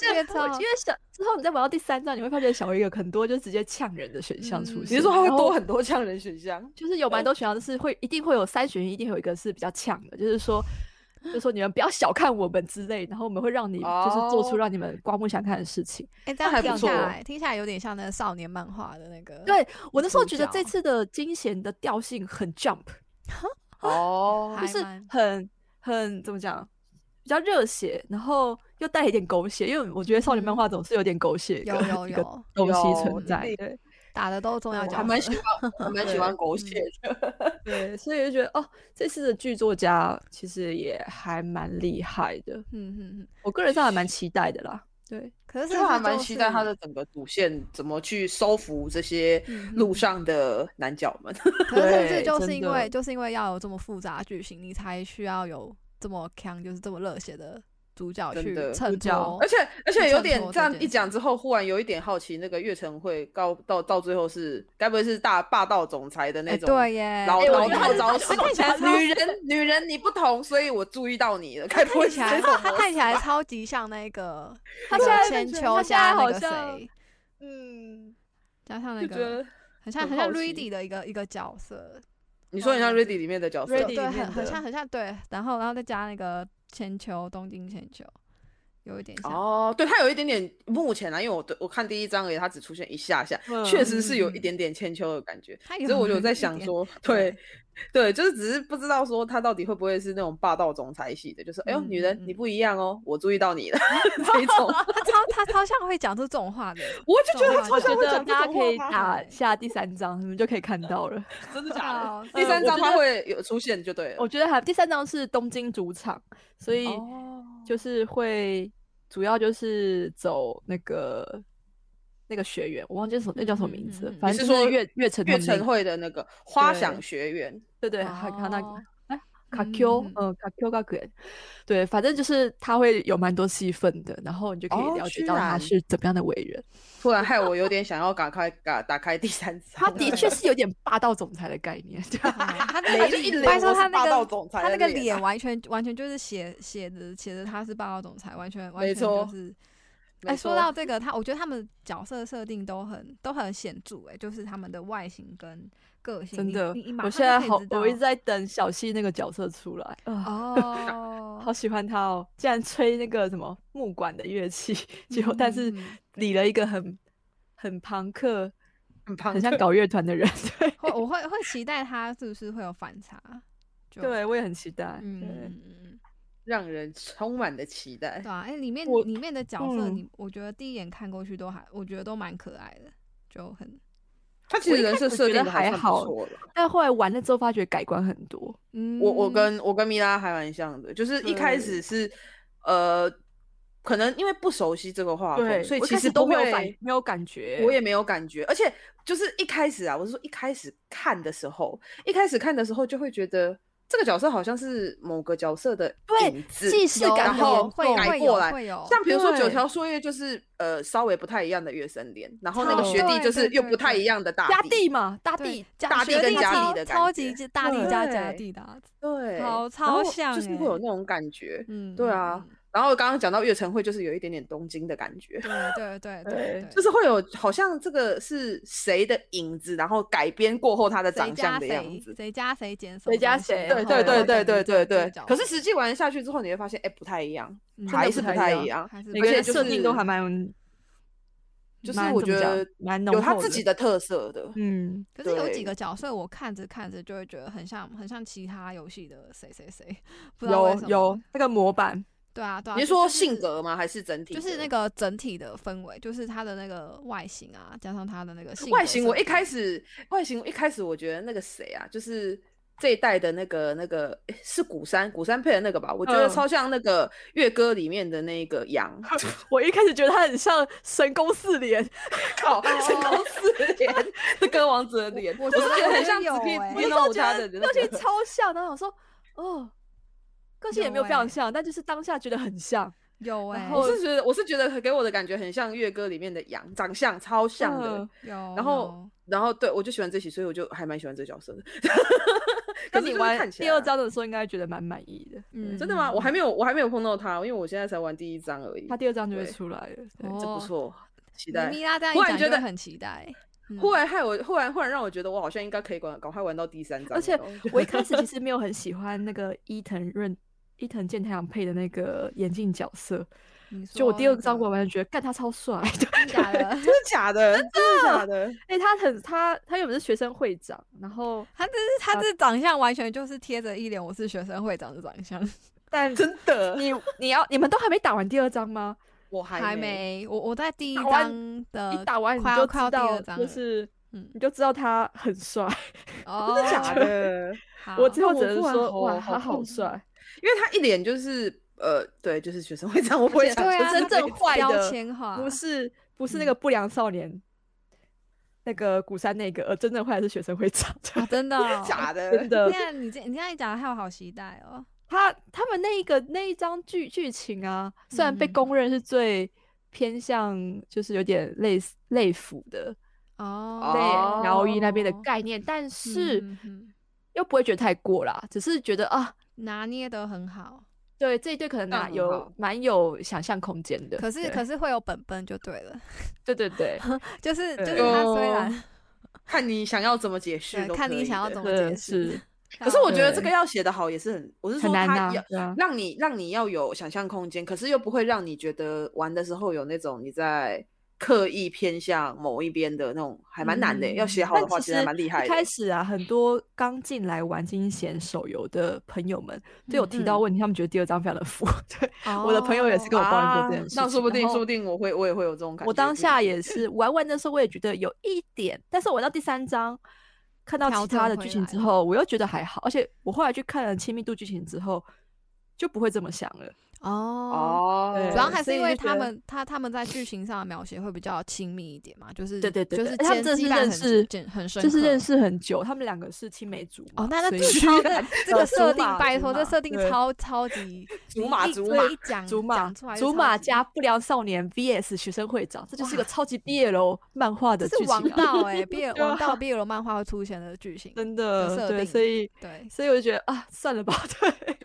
S2: 这个
S3: [LAUGHS] 我
S2: 超
S3: 觉得小之后你再玩到第三章，你会发现小维有很多就直接呛人的选项出
S2: 嗯
S3: 现。
S5: 你是说他会
S3: 然后
S5: 多很嗯多这样人选项？
S3: 就是有蛮多选项，就是会一定会有三选一，一定会有一个是比较呛的，就是说，就是说你们不要小看我们之类，然后我们会让你就是做出
S5: 哦
S3: 让你们刮目相看的事情。
S2: 哎，这样
S5: 还不
S2: 听
S5: 错哦
S2: 下来，听下来有点像那个少年漫画的那个，
S3: 对我那时候觉得
S2: 主
S3: 这
S2: 角
S3: 次的金贤的调性很 jump，
S5: [LAUGHS] 哦
S2: 还
S3: 就是
S2: 蛮
S3: 很很怎么讲，比较热血，然后又带一点狗血，因为我觉得少年漫
S2: 嗯
S3: 画总是有点狗血
S2: 有
S5: [LAUGHS]
S3: 的 [LAUGHS]
S2: 有
S3: 一个
S2: 有
S3: 东西
S5: 有
S3: 存在
S5: 对，
S3: 对
S2: 打的都是重要
S5: 我
S2: 角
S5: 还蛮
S2: 色，
S5: 喜欢，我还蛮喜欢狗血
S2: 嗯
S5: 的。
S3: 对，所以就觉得哦，这次的剧作家其实也还蛮厉害的，
S2: 嗯嗯嗯，
S3: 我个人上还蛮期待的啦。对，
S2: 可是
S5: 就是我还
S2: 就
S5: 蛮期待他
S2: 是
S5: 的整个主线怎么去收服这些
S2: 嗯
S5: 路
S2: 嗯
S5: 上的男角们。
S2: 可是这
S3: 对
S2: 就
S3: 真
S2: 是因
S3: 的
S2: 为就是因为要有这么复杂的剧情，你才需要有这么强，就是这么热血的主角
S5: 真
S2: 去
S5: 的
S2: 衬
S3: 主角
S2: 托，
S5: 而且而且有点
S2: 衬托
S5: 这
S2: 这
S5: 样
S2: 件
S5: 一讲之后，忽然有一点好奇，那个月城会到到到最后是该不会是大霸道总裁的那
S2: 哎
S5: 种
S2: 对耶，
S5: 老
S2: 哎我觉
S5: 老
S2: 得
S5: 套
S2: 他
S5: 招式？
S2: 看起来超
S5: 女人女人你不同，所以我注意到你了。该不会
S2: 看
S5: 是
S2: 起来
S5: 这种
S2: 他
S5: 模
S2: 看
S5: 式
S2: 起来
S5: 吧
S2: 超级像那
S5: [LAUGHS]
S2: 个
S3: 他
S2: 那
S3: 现
S2: 个
S3: 在
S2: 千
S3: 变成
S2: 秋
S3: 他现
S2: 加
S3: 在
S2: 那
S3: 好
S2: 个
S3: 像
S2: 谁，
S3: 嗯，
S2: 加上那
S5: 就觉
S2: 个
S5: 得
S2: 很像
S5: 很
S2: 很像
S5: 好
S2: Ready
S5: 奇
S2: 的一个一个角色，
S5: 你说你像
S2: 忘记
S5: Ready 里面的角色
S3: Ready
S2: 对，
S3: 里
S2: 很
S3: 面
S2: 很
S3: 的
S2: 像很像对，然后然后再加那个千秋东京千秋，有一点像。
S5: 哦，对，它有一点点，目前啊呢，因为我我看第一章而已，它只出现一下下，
S3: 嗯
S5: 确实是有一
S2: 嗯
S5: 点点千秋的感觉。
S2: 它
S5: 所
S2: 有
S5: 以我就
S2: 一
S5: 在想
S2: 点
S5: 说，
S2: 对
S5: 对，对，就是只是不知道说他到底会不会是那种霸道总裁系的，就是哎呦，
S2: 嗯嗯
S5: 女人你
S2: 嗯
S5: 不一样哦，我注意
S2: [LAUGHS]
S5: 到你了这一种，
S2: 他超他超像会讲出这种话的，
S5: 我就觉得
S2: 这种
S5: 他
S2: 话
S5: 超
S3: 我觉
S2: 就
S5: 像会
S3: 得
S5: 讲这
S3: 大家
S5: 种
S3: 可以
S5: 话
S3: 打下第三章，你们就可以看到了。
S5: 真的假的？
S2: 好
S5: [LAUGHS] 第三
S3: 呃我
S5: 章
S3: 觉
S5: 他
S3: 得
S5: 会有出现就对了
S3: 我。觉得还第三章是东京主场，所以
S5: 哦
S3: 就是会主要就是走那个那个学员，我忘记什么那叫什么名字了
S2: 嗯嗯嗯，
S3: 反
S5: 你
S3: 正
S5: 是
S3: 就是
S5: 说
S3: 月月城
S5: 月
S3: 他们
S5: 城会的那个花
S3: 对
S5: 想学员，
S3: 那对对，还有他那
S2: 哦
S3: 个哎卡
S2: 嗯
S3: Q
S2: 嗯
S3: 呃卡 Q 卡格，对，反正就是他会有蛮多戏份的，然后你就可
S5: 哦
S3: 以了解
S5: 居
S3: 到他
S5: 然
S3: 是怎么样的伟人。
S5: 突然害我有点想要赶快打打开第三章。
S3: 他
S2: [LAUGHS]
S3: 的确是有点霸道总裁的概念， [LAUGHS] 对
S2: 他那
S5: 雷
S2: 个
S5: 就一
S2: 脸，
S5: 脸
S2: 我跟你说
S5: 我
S2: 他
S5: 是
S2: 那
S5: 霸道
S2: 个
S5: 总裁
S2: 他那
S5: 的
S2: 个
S5: 脸
S2: 脸
S5: 啊
S2: 完全完全就是写写的写的他是霸道总裁，完全完
S5: 没
S2: 全就
S5: 错
S2: 是。
S5: 没
S2: 哎，说
S5: 错
S2: 到这个，他我觉得他们角色设定都很都很显著，哎，就是他们的外形跟个性，
S3: 真
S2: 你
S3: 的
S2: 你你。马
S3: 我
S2: 上
S3: 现在
S2: 就可以
S3: 好
S2: 知，道
S3: 我一直在等小溪那个角色出来啊。
S5: [LAUGHS]
S2: 哦，
S3: 好喜欢他哦！竟然吹那个什么木管的乐器，结果但是
S2: 嗯嗯嗯
S3: 理了一个很很朋克、
S5: 很胖
S3: 很，像搞乐团的人。 [LAUGHS] 对，
S2: [LAUGHS] 会我会会期待他是不是会有反差？就，
S3: 对我也很期待。
S2: 嗯嗯
S3: 对，
S2: 嗯嗯。
S5: [LAUGHS] 让人充满了期待
S2: 对。啊，哎、里面
S3: 我
S2: 里面的角色，
S3: 嗯
S2: 你我觉得第一眼看过去都还，我觉得都蛮可爱的，就很
S5: 他其
S3: 我
S5: 实
S3: 一
S5: 人
S3: 开
S5: 设
S3: 始
S5: 设
S3: 觉
S5: 定
S3: 得
S5: 得
S3: 还
S5: 算不
S3: 好
S5: 错的。
S3: 但后来玩了之后，发觉改观很多。
S2: 嗯。
S5: 我我跟我跟米拉还蛮像的，就是一开始是呃，可能因为不熟悉这个画风，所以
S3: 我一
S5: 其
S3: 开
S5: 实
S3: 始都
S5: 不
S3: 没
S5: 会
S3: 有感，没有感觉。
S5: 我也没有感觉。而且就是一开始啊，我是说一开始看的时候，一开始看的时候就会觉得。这个角色好像是某个角色的
S3: 对
S5: 影子，
S3: 既视
S2: 有
S3: 感
S5: 然
S3: 很
S5: 后
S3: 严
S2: 会有
S3: 重
S5: 改
S2: 会
S5: 过
S2: 有
S5: 来，
S2: 会有，
S5: 像比如说九
S3: 对
S5: 条朔月就是呃稍微不太一样的月生莲，然后那个
S2: 超
S5: 学弟
S2: 对
S5: 就是
S2: 对
S5: 又
S2: 对
S5: 不太
S2: 对
S5: 一样的大
S3: 家地嘛，大
S2: 对
S3: 地
S2: 家
S5: 大地
S2: 学
S5: 跟
S2: 弟
S5: 家
S2: 超
S5: 地的感
S2: 超
S5: 觉
S2: 级大地
S5: 对
S2: 加家地的啊，
S5: 对，
S2: 超
S5: 然
S2: 超
S5: 后
S2: 像
S5: 就是会有
S2: 欸
S5: 那种感觉。
S2: 嗯，
S5: 对
S2: 嗯
S5: 啊
S2: 嗯
S5: 然后刚刚讲到月城会，就是有一点点东京的感觉，
S2: 嗯对对
S5: [LAUGHS]
S2: 对对
S3: 对，
S5: 就是会有好像这个是谁的影子，然后改编过后他的
S2: 谁
S5: 长相
S2: 加
S5: 的样
S2: 谁
S5: 子。
S2: 谁加谁减什
S3: 谁
S2: 么
S3: 加
S2: 东西
S3: 谁
S5: 对
S2: 然
S5: 对
S2: 后会
S5: 对对
S2: 变
S5: 对
S2: 成这
S5: 对对
S2: 这角，
S5: 可是
S2: 色
S5: 实际玩下去之后，你会发现，哎，不太一样，
S2: 嗯
S3: 真的
S5: 还
S3: 不
S5: 是
S3: 太一
S5: 太
S3: 样
S5: 一样。
S2: 还是
S3: 每
S5: 而
S3: 个
S5: 且
S3: 人
S5: 就
S3: 设定都
S5: 是
S3: 还蛮，
S5: 就是
S3: 蛮
S5: 我
S3: 怎么
S5: 觉
S3: 讲
S5: 得
S3: 蛮
S5: 有
S3: 浓
S5: 他
S3: 厚
S5: 自
S3: 的
S5: 己的特色的，
S3: 嗯，
S2: 可是有几
S5: 对
S2: 个角色，我看着看着就会觉得很像，很像其他游戏的谁谁谁，不知道为
S3: 有
S2: 什么
S3: 有，那个模板，
S2: 对啊对啊。
S5: 你是
S2: 就
S5: 说
S2: 就是
S5: 性格吗？还是整体的？
S2: 就是那个整体的氛围，就是他的那个外形啊，加上他的那个性
S5: 外
S2: 格
S5: 形，
S2: 设
S5: 我一
S2: 定
S5: 开始外形，我一开始我觉得那个谁啊，就是这一代的那个那个诶是古山古山配的那个吧，我觉得
S3: 嗯
S5: 超像那个月歌里面的那个羊，
S3: 我一开始觉得他很像神宫四连，
S5: 靠，神宫四连是歌王子的脸，
S2: 我
S5: 我
S2: 觉
S5: 是
S2: 得
S5: 觉得
S2: 我
S5: 很像
S2: 有
S5: 紫皮
S2: 欸
S5: 紫
S2: 我有
S5: 皮诺他的那
S3: 个性 [LAUGHS]
S5: 个。
S3: 超像，然后我说哦，个性也没有非欸常像，但就是当下觉得很像。
S2: 有哎、
S3: 然
S5: 我
S3: 后
S5: 是觉得，我是觉得给我的感觉很像月歌里面的羊，长相超像的。
S3: 嗯
S2: 有，
S5: 然
S2: 哦
S5: 后，然后对我就喜欢这期，所以我就还蛮喜欢这个角色的。 [LAUGHS]
S3: 那
S5: 可
S3: 你
S5: 是就是
S3: 玩
S5: 看起来
S3: 第二
S5: 啊
S3: 章的时候，应该觉得蛮满意的。
S2: 有
S5: 真的吗？我
S2: 嗯
S5: 还没有，我还没有碰到他，因为我现在才玩第一章而已。
S3: 他第二章就会
S5: 对
S3: 出来了。对
S2: 哦
S5: 这不错，期
S2: 你
S5: 待。
S2: 米拉这样一
S5: 忽然
S2: 讲
S5: 觉
S2: 就会
S5: 得
S2: 很期待，嗯
S5: 忽然害我，忽然忽然让我觉得我好像应该可以赶赶快玩到第三章了。
S3: 而且 [LAUGHS]
S5: 我觉得
S3: 我一开始其实没有很喜欢那个伊藤润、伊藤健太郎配的那个眼镜角色，
S2: 你
S3: 就我
S2: 说
S3: 第二
S2: 那
S3: 章
S2: 个
S3: 我玩，觉得干他超帅的。
S2: 真的假的？ [LAUGHS]
S5: 真的假的？真的假的？
S3: 哎，他很他他原本是学生会长，然后
S2: 他这是
S5: 啊
S2: 他这长相完全就是贴着一脸我是学生会长的长相，
S3: [LAUGHS] 但
S5: 真
S3: [LAUGHS]
S5: 的？
S3: 你你要你们都还没打完第二章吗？
S5: 我
S2: 还
S5: 没。
S2: 没我我在第一
S3: 打完
S2: 章的
S3: 你打完你
S2: 快
S3: 就
S2: 要快要
S3: 知
S2: 第
S3: 道
S2: 二，章
S3: 就
S2: 了，
S3: 是
S2: 嗯
S3: 你就知道他很帅。
S2: 哦，
S5: 真的假的？
S2: 好？
S3: 我最后
S5: 啊那
S3: 只能
S5: 我忽然
S3: 说，
S5: 好
S3: 哇，
S5: 好
S3: 他好
S5: 痛
S3: 帅，
S5: 因为他一脸就是呃，对，就是学生会长，我不会
S3: 而且
S5: 想
S2: 对
S5: 说
S2: 啊，
S3: 真
S2: 他
S3: 正
S2: 被
S3: 坏
S2: 标
S3: 的
S2: 签
S5: 啊
S2: 化
S3: 不是不是那
S2: 嗯
S3: 个不良少年，那个古山那个，呃，真正坏的是学生会长，
S2: 啊，真的哦、
S5: 假
S3: [LAUGHS]
S5: 的，
S3: 真的。
S2: 那你这你这样一讲，害我好期待哦。
S3: 他他们那一个那一张剧剧情啊，虽然被
S2: 嗯
S3: 公认是最偏向就是有点类似类腐的类
S2: 哦
S5: 哦，
S3: 疗愈那边的
S2: 哦
S3: 概念，但是
S2: 嗯嗯
S3: 又不会觉得太过啦，只是觉得啊。
S2: 拿捏的很好，
S3: 对这一对可能
S5: 这样
S3: 拿
S5: 很
S3: 有
S5: 嗯好
S3: 蛮有想象空间的，
S2: 可是
S3: 对
S2: 可是会有本本就对了， [LAUGHS]
S3: 对对
S5: [LAUGHS]
S3: 对，
S2: 就是就是
S3: 对哦
S2: 他虽然
S5: 看你想要怎么解释
S2: 对
S5: 都可以的，
S2: 看你想要怎么
S3: 对
S2: 解释
S3: 是
S5: 可是我觉得这个要写的好也是很，我是
S3: 很
S5: 说
S3: 难呐、
S5: 他要
S3: 对啊，
S5: 让你让你要有想象空间，可是又不会让你觉得玩的时候有那种你在刻意偏向某一边的那种，还蛮难的欸耶。要写好
S3: 嗯
S5: 的
S3: 但
S5: 话，
S3: 其
S5: 其
S3: 实
S5: 实还蛮厉害
S3: 一开
S5: 的。
S3: 始啊，很多刚进来玩金贤手游的朋友们都有提
S5: 嗯
S3: 到问题，他们觉得第二张非常的浮。 [LAUGHS] 对，我的朋友也
S2: 哦
S3: 是跟我抱怨过这
S2: 啊
S3: 件事情。
S5: 啊那说不定，
S3: 然
S5: 说
S3: 后
S5: 不定我会我也会有这种感觉。嗯
S3: 我当下
S5: 也
S3: 也是玩玩的时候，我也觉得有一点，但是我玩到第三章，看到
S2: 调
S3: 其他的
S2: 整回
S3: 剧情
S2: 来
S3: 之后，我又觉得还好，而且我后来去看了亲密度剧情之后，就不会这么想了。
S2: 哦。
S5: 哦，
S3: 对
S2: 主要还是
S3: 所以
S2: 因
S3: 就
S2: 为
S3: 觉
S2: 他
S3: 得
S2: 们他他们在剧情上的描写会比较亲密一点嘛，就是
S3: 对对对
S2: 就
S3: 对哎
S2: 是
S3: 而且他们
S2: 间
S3: 真的
S2: 接
S3: 是
S2: 感
S3: 认识
S2: 很很很深
S3: 这
S2: 刻，
S3: 是认识很久，他们两个是青梅竹马
S2: 哦，那那
S3: 所以
S2: 至少
S3: [LAUGHS]
S2: 这个
S3: 呃竹
S2: 设定，
S3: 马
S2: 拜
S3: 竹
S2: 托，这
S3: 马
S2: 设定
S3: 对
S2: 超超级
S5: 竹马
S2: 一
S5: 竹
S2: 对
S5: 马
S2: 一讲
S3: 竹马
S2: 嗯讲出来就
S3: 竹
S2: 超
S3: 马
S2: 级
S3: 加不良少年 VS 学生会长，这就是个
S2: 哇
S3: 超级 BL 漫画的
S2: 这
S3: 剧
S2: 是
S3: 情、
S2: 王
S3: 啊，
S2: 道
S3: [LAUGHS]
S2: 哎，毕
S3: 对啊
S2: 王道毕业罗漫画会出现的剧情，
S3: 真
S2: 的
S3: 的
S2: 设
S3: 对，
S2: 定
S3: 所以
S2: 对，
S3: 所以我就觉得啊，算了吧， [LAUGHS] 对，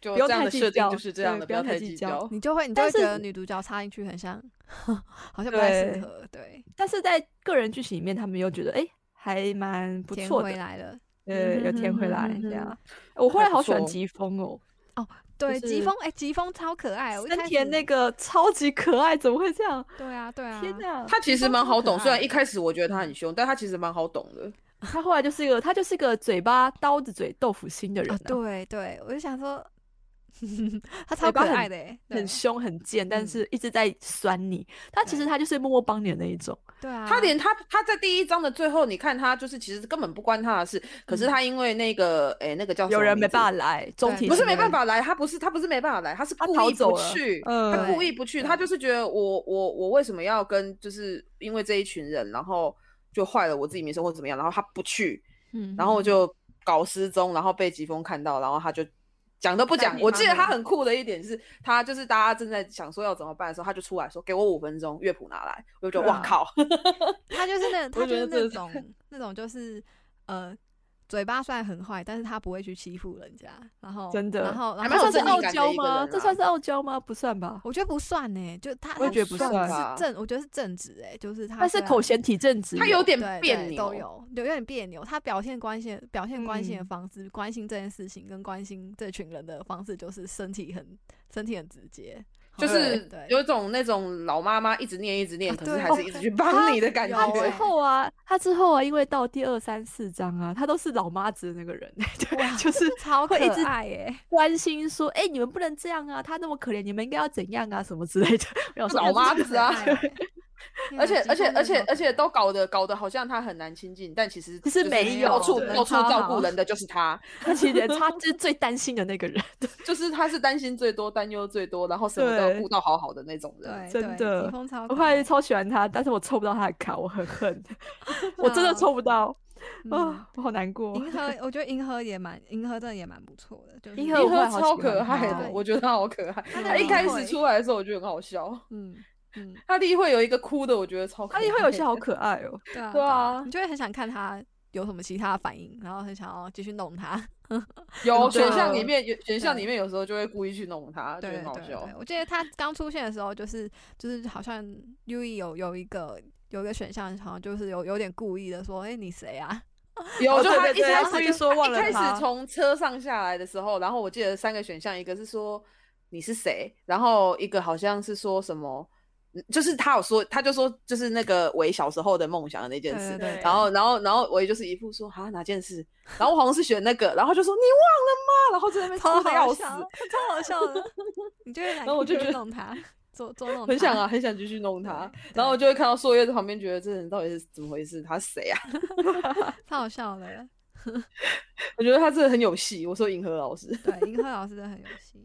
S5: 就
S3: 不用
S5: 这样
S3: 太
S5: 的
S3: 计
S5: 设定
S3: 较
S5: 就是这样
S3: 对
S5: 的，
S3: 不
S5: 要
S3: 用太
S5: 太
S3: 计
S5: 计
S3: 较
S5: 较。
S2: 你就会你就
S3: 但
S2: 会觉
S3: 是
S2: 得女主角插进去很像，好像不太适
S3: 对
S2: 合，对，
S3: 但是在个人剧情里面，他们又觉得哎、还蛮不
S2: 填
S3: 错
S2: 回
S3: 的，
S2: 来了。
S3: 呃，有填回来
S5: 嗯哼哼哼
S3: 这
S5: 哼
S3: 样。我后来
S5: 还不
S3: 好喜欢
S5: 错
S3: 疾风哦，
S2: 对，疾
S3: 是
S2: 风哎，疾风超可爱，我一
S3: 森
S2: 开
S3: 田
S2: 始
S3: 那个超级可爱，怎么会这样？
S2: 对啊对啊，
S3: 天哪！
S5: 他其实蛮好懂，
S2: 可
S5: 虽然
S2: 爱
S5: 一开始我觉得
S3: 嗯
S5: 他很凶，但他其实蛮好懂的。
S3: 他后来就是一个，他就是一个嘴巴刀子嘴豆腐心的人、
S2: 啊
S3: 啊，，
S2: 对对，我就想说， [LAUGHS] 他
S3: 嘴
S2: 超可
S3: 巴很
S2: 爱的欸，对
S3: 很凶很贱，但
S5: 嗯
S3: 是一直在酸你。他其实
S2: 对
S3: 他就是默默帮你的那一种。
S2: 对啊，
S5: 他连他他在第一章的最后，你看他就是其实根本不关他的事，可是他因为那个诶、那个叫
S3: 嗯有人没办法
S5: 法，
S3: 来，中体
S5: 不是
S2: 有
S5: 没办
S2: 人
S5: 法来，他不是他不是没办法来，他是
S3: 他
S5: 故
S3: 逃
S5: 意
S3: 走
S5: 不
S3: 了
S5: 去，
S3: 嗯
S5: 他故意不去，
S2: 对
S5: 他就是觉得我我我为什么要跟就是因为这一群人，然后就坏了我自己名声或怎么样，然后他不去，
S2: 嗯，
S5: 然后就搞失踪，然后被疾风看到，然后他就。讲都不
S2: 带
S5: 讲，
S2: 你
S5: 我
S2: 妈
S5: 记得他
S2: 回
S5: 很酷的一点是，他就是大家正在想说要怎么办的时候，他就出来说：“给我五分钟，乐谱拿来。”我就觉得
S3: 对
S5: 哇
S3: 啊
S5: 靠， [LAUGHS]
S2: 他就是那他
S5: 我
S2: 就
S5: 觉
S2: 是
S5: 得这
S2: 那
S5: 是
S2: 种那种就是呃。嘴巴虽然很坏，但是他不会去欺负人家，然后
S3: 真的
S2: 然后然
S5: 还
S2: 后
S5: 蛮有
S3: 这算是
S5: 正义
S3: 傲
S5: 感的
S3: 娇
S5: 一个
S3: 吗？
S5: 人
S3: 这
S5: 啊
S3: 算是傲娇吗？不算吧。
S2: 我觉得不算呢、就他
S3: 我也
S2: 他
S3: 觉得不
S2: 算
S3: 算
S2: 是
S5: 吧
S2: 正，我觉得是正直哎、就是他
S3: 但是
S2: 虽然
S3: 口嫌体正直，
S5: 啊他有点
S2: 对
S5: 别
S2: 对
S5: 扭，
S2: 都有，有有点别扭。他表现关心表现关心的
S3: 嗯
S2: 方式，关心这件事情跟关心这群人的方式，就是身体很身体很直接，
S5: 就
S2: 好
S5: 是
S2: 对
S5: 有一种那种老妈妈一直念一直念，
S2: 啊
S5: 可是
S2: 对
S5: 还是一直去帮
S3: 她
S5: 你的感
S2: 她
S3: 他
S2: 有
S3: 之
S2: 欸
S5: 觉。
S3: 后啊，他之后啊，因为到第二三四章啊，他都是老妈子的那个人， [LAUGHS]
S2: 哇
S3: 对，就是
S2: 超可
S3: 会一直
S2: 爱欸耶、
S3: [LAUGHS] 关心说，哎、你们不能这样啊，他那么可怜，你们应该要怎样啊，什么之类的。我想说
S5: 老妈
S2: 真的
S5: 子
S2: 很
S3: [LAUGHS]
S5: 啊 [LAUGHS]
S2: 爱耶天
S5: 而且
S2: 哪
S5: 而且而
S2: 疾风
S5: 且，
S2: 真的超
S5: 而且都搞得搞得好像他很难亲近，但其实
S3: 其实
S5: 就是
S3: 没
S5: 到
S3: 有
S5: 处
S3: 对
S5: 到处
S2: 超
S5: 照
S2: 好
S5: 顾人的就是他，
S3: 他其实他就是最担心的那个
S5: [LAUGHS]
S3: 人，
S5: 就是他是担心最多、担忧最多，然后什么都要
S3: 对
S5: 顾到好好的那种人。
S2: 对
S3: 真
S2: 对
S3: 的
S2: 疾风超
S3: 我
S2: 可
S3: 后来
S2: 爱，
S3: 超喜欢他，但是我抽不到他的卡，我很
S5: [LAUGHS]
S3: 恨，我
S5: 啊
S3: 真的抽不到
S2: 嗯
S3: 啊，我好难过。
S2: 银河，我觉得银河也蛮，银河真的也蛮不错的，就是
S3: 银河
S5: 银
S3: 我
S5: 河
S3: 会好喜
S5: 超
S3: 欢
S5: 可
S3: 他
S5: 爱
S2: 对
S5: 的，我觉得他好可爱。
S2: 他的
S5: 他一
S2: 例
S5: 开
S2: 会
S5: 始出来的时候，我觉得很好笑。
S2: 嗯嗯，
S5: 他例会有一个哭的，我觉得超可
S3: 他
S5: 爱。
S3: 也会有些好可爱哦、
S5: [LAUGHS]
S2: 对啊
S5: 对啊
S2: 你就会很想看他有什么其他的反应，然后很想要继续弄他。
S5: 有
S3: 真的
S5: 选项里面有选项
S2: 对
S5: 里面有时候就会故意去弄 [LAUGHS] 他，觉
S2: 对
S5: 得很好
S2: 对
S5: 笑
S2: 对，。我记得他刚出现的时候，就是就是好像 U E 有有一个有一个选项，好像就是有有点故意的说，哎、你谁啊？
S5: [LAUGHS]
S2: [LAUGHS]
S5: 有，
S3: 哦
S5: 就
S3: 对
S5: 他
S3: 对
S5: 一
S3: 对
S5: 开
S3: 他
S5: 始
S3: 一
S5: 就
S3: 说
S5: 他
S3: 忘了
S5: 一开
S3: 他
S5: 始从车上下来的时候，然后我记得三个选项，一个是说你是谁，然后一个好像是说什么，嗯就是他有说，他就说就是那个伟小时候的梦想的那件
S2: 对
S5: 事
S2: 对，对，
S5: 然后然后然后我也就是一副说啊哪件事，然后我好像是选那个，然后就说你忘了吗？然后在那边
S2: 超
S5: 哭的要
S2: 好
S5: 死
S2: 笑，，超好笑
S5: [LAUGHS]
S2: 的，你就会想
S5: 然后我就
S2: 继续
S5: 觉得
S2: 弄他， [LAUGHS] 捉捉弄他，
S5: 很想啊，很想继续弄他，
S2: 对，
S5: 然后我
S2: 对
S5: 就会看到朔月在旁边，觉得这人到底是怎么回事？他是谁啊？
S2: [LAUGHS]
S5: [LAUGHS]
S2: 超好笑的。
S5: 我觉得他真的很有戏。我说银河老师。
S2: 对，银河老师真的很有
S5: [LAUGHS]
S2: 戏。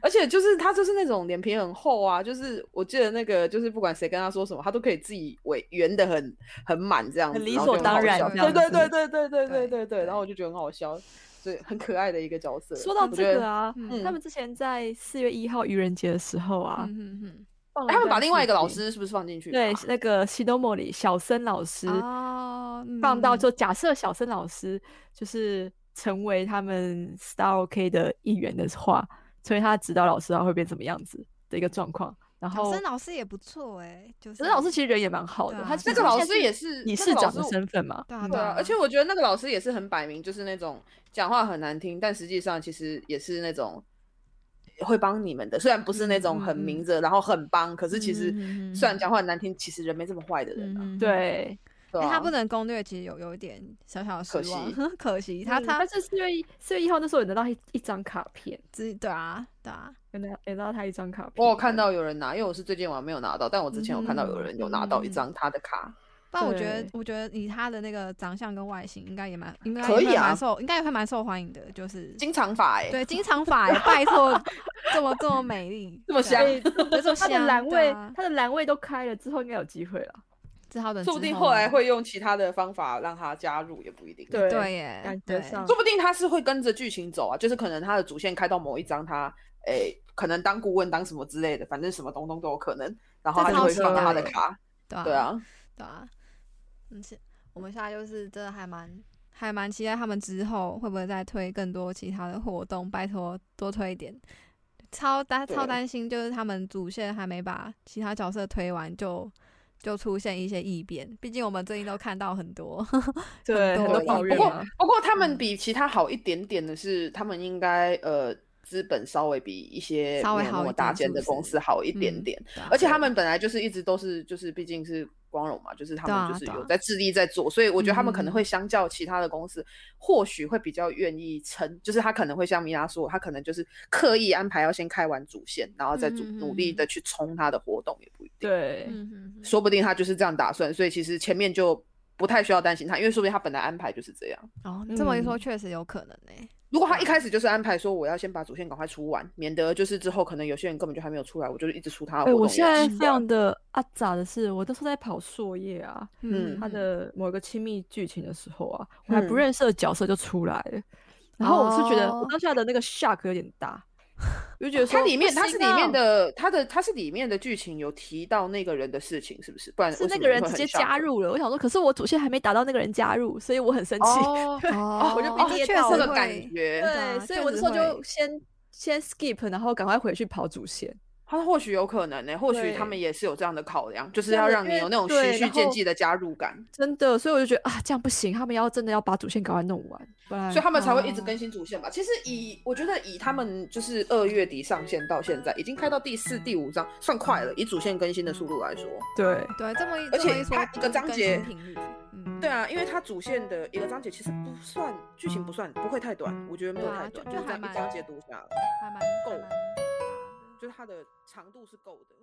S5: 而且就是他就是那种脸皮很厚啊，就是我记得那个就是不管谁跟他说什么，他都可以自己委圆的很很满这样子，
S3: 很理
S5: 然后就
S3: 所当
S5: 好
S3: 然
S5: 笑
S3: 这
S5: 对
S3: 样
S5: 对
S3: 子
S5: 对对对对对
S2: 对
S5: 对对，然
S2: 对
S5: 后我就觉得很好笑，所以很可爱的一个角色。
S3: 说到
S5: 我
S3: 这
S5: 觉
S3: 个
S5: 得，
S3: 啊，
S2: 嗯
S3: 他们之前在四月一号愚人节的时候啊，
S2: 嗯哼哼
S3: 放了
S5: 哎他们
S3: 段
S5: 把另外一个
S3: 视
S5: 老
S3: 频
S5: 师是不是放进去？啊
S3: 对，那个西多莫里小森老师、
S2: 哦，
S3: 放到
S2: 嗯
S3: 就假设小森老师就是成为他们 Star OK 的一员的话，成为他的指导老师的话，会变怎么样子的一个状况？然
S2: 老
S3: 后
S2: 师老师也不错哎，就是
S3: 可是老师其实人也蛮好的，
S2: 对啊
S3: 他
S2: 那
S5: 那
S3: 其
S5: 个
S3: 实
S5: 老
S3: 现在
S5: 师也是
S3: 理
S5: 那
S3: 事
S5: 个老
S3: 长
S5: 师
S3: 的身份嘛，
S2: 对啊
S5: 对
S2: 对
S5: 啊，而且我觉得那个老师也是很摆明，就是那种讲话很难听，但实际上其实也是那种会帮你们的。虽然不是那种
S3: 嗯
S5: 很
S3: 嗯
S5: 明着，然后很帮，可是其实
S2: 嗯嗯嗯嗯
S5: 虽然讲话很难听，其实人没这么坏的人啊。
S2: 嗯，
S3: 对，
S5: 对
S2: 哎，
S5: 啊
S2: 他不能攻略，其实有有一点小小的
S5: 可
S2: 失望
S5: 惜，
S2: 可惜他
S3: 嗯
S2: 他
S3: 但是四月一四月一号那时候有拿到一一张卡片，
S2: 只对啊对啊，
S3: 有拿有拿到他一张卡片，
S5: 我有看到有人拿，因为我是最近我还没有拿到，但我之前有看到有人有拿到一
S2: 嗯
S5: 张他的卡。
S2: 但我觉得
S3: 对
S2: 我觉得以他的那个长相跟外形，应该也蛮应该
S5: 可
S2: 也会
S5: 以啊
S2: 蛮受应该也会蛮受欢迎的，就是
S5: 经常法哎、
S2: 对金长发哎，拜托这么这么美丽，
S5: [LAUGHS] 这么
S2: 对啊
S5: 香
S3: 对 [LAUGHS]
S2: 有种
S3: 他的
S2: 香
S3: 栏
S2: 对
S3: 位
S2: 啊，
S3: 他的栏位都开了之后，应该有机会了。
S2: 只好等
S5: 说不
S2: 之
S5: 定后来
S2: 了
S5: 会用其他的方法让他加入，也不一定。
S3: 对
S2: 对耶，
S3: 感觉
S2: 对
S3: 上
S5: 说不定他是会跟着剧情走啊，就是可能他的主线开到某一章他，诶可能当顾问当什么之类的，反正什么东东都有可能，然后
S2: 这
S5: 他就会
S2: 超
S5: 放
S2: 期待
S5: 他的卡，对，啊，
S2: 对啊，嗯，是我们现在就是真的还蛮还蛮期待他们之后会不会再推更多其他的活动，拜托多推一点。超担超
S5: 对
S2: 担心，就是他们主线还没把其他角色推完就，就出现一些异变。毕竟我们最近都看到很多， [LAUGHS]
S3: 对，
S2: 很
S3: 很
S2: 多
S3: 多
S2: 嗯意
S3: 抱
S2: 见
S5: 不
S3: 怨
S5: 过
S3: 啊。
S5: 不过他们比其他好一点点的是，他们应该呃资本稍微比一些
S2: 稍微
S5: 没有
S2: 好
S5: 那
S2: 一
S5: 么
S2: 点
S5: 大间
S2: 是
S5: 的
S2: 不
S5: 公
S2: 是
S5: 司好一点
S2: 嗯
S5: 点，
S2: 对啊
S5: 而且他们本来就是一直都是就是毕竟是光荣嘛，就是他
S2: 对啊
S5: 们就是
S2: 对啊
S5: 有在致力在做，所以我觉得他们可
S2: 嗯
S5: 能会相较其他的公司，或许会比较愿意撑，就是他可能会像米拉说，他可能就是刻意安排要先开完主线，然后再主
S2: 嗯嗯嗯
S5: 努力的去冲他的活动也不一定，
S3: 对，
S2: 嗯哼哼
S5: 说不定他就是这样打算，所以其实前面就不太需要担心他，因为说不定他本来安排就是这样。
S2: 哦，这么一说
S3: 嗯
S2: 确实有可能欸呢、
S5: 如果他
S2: 啊
S5: 一开始就是安排说我要先把主线赶快出完，免得就是之后可能有些人根本就还没有出来，我就是一直出他的
S3: 哎，
S5: 活动也
S3: 我
S5: 很奇
S3: 现
S5: 怪。
S3: 在非常的阿杂的是，我那时候在跑硕业啊，
S5: 嗯
S3: 他
S2: 嗯
S3: 的某一个亲密剧情的时候啊，我还不
S5: 嗯
S3: 认识的角色就出来了，然后我是觉得
S2: 哦
S3: 我当下的那个 shock 有点大，我就觉得说
S5: 它里面
S3: 不
S5: 它是
S3: 行
S5: 里面
S3: 啊
S5: 的它的它是里面的剧情有提到那个人的事情，是不是？不然
S3: 是
S5: 为
S3: 那
S5: 什
S3: 个
S5: 么
S3: 人
S5: 你会
S3: 直
S5: 很
S3: 接
S5: shock？
S3: 加入了，我想说，可是我主线还没打到那个人加入，所以我很生气。
S5: 哦， [LAUGHS]
S2: 哦
S3: 我就被
S2: 哦
S3: 噎
S2: 确
S3: 到
S2: 实
S5: 这个
S2: 会
S5: 感觉，
S2: 啊
S3: 对，所以
S2: 确
S3: 我那
S2: 实
S3: 时候就
S2: 会
S3: 先先 skip，然后赶快回去跑主线。
S5: 他或许有可能呢、或许他们
S3: 对
S5: 也是有这样的考量，就是
S3: 这样
S5: 要
S3: 的
S5: 让
S3: 因
S5: 你有
S3: 为
S5: 那种
S3: 对
S5: 循序
S3: 然
S5: 渐
S3: 后
S5: 进的加入感，
S3: 真的，所以我就觉得啊，这样不行，他们要真的要把主线赶快弄完，不然啊
S5: 所以他们才会一
S3: 嗯
S5: 直
S2: 哦
S5: 更新主线吧。其实以我觉得以他们就是二月底上线到现在，已经开到第四、第五章，算快了。以主线更新的速度来说，
S3: 对
S2: 对，这么一
S5: 而
S2: 这么
S5: 且
S2: 一说
S5: 它一个
S2: 就是
S5: 章
S2: 更
S5: 节
S2: 新频率，嗯，
S5: 对啊，因为它主线的一个章节其实不算剧情不算不会太短，我觉得没有
S2: 对啊
S5: 太
S2: 就
S5: 短，
S2: 就
S5: 这
S2: 还
S5: 样一
S2: 蛮
S5: 章节读下来。
S2: 还蛮
S5: 够
S2: 还蛮大的
S5: 就是它的长度是够的。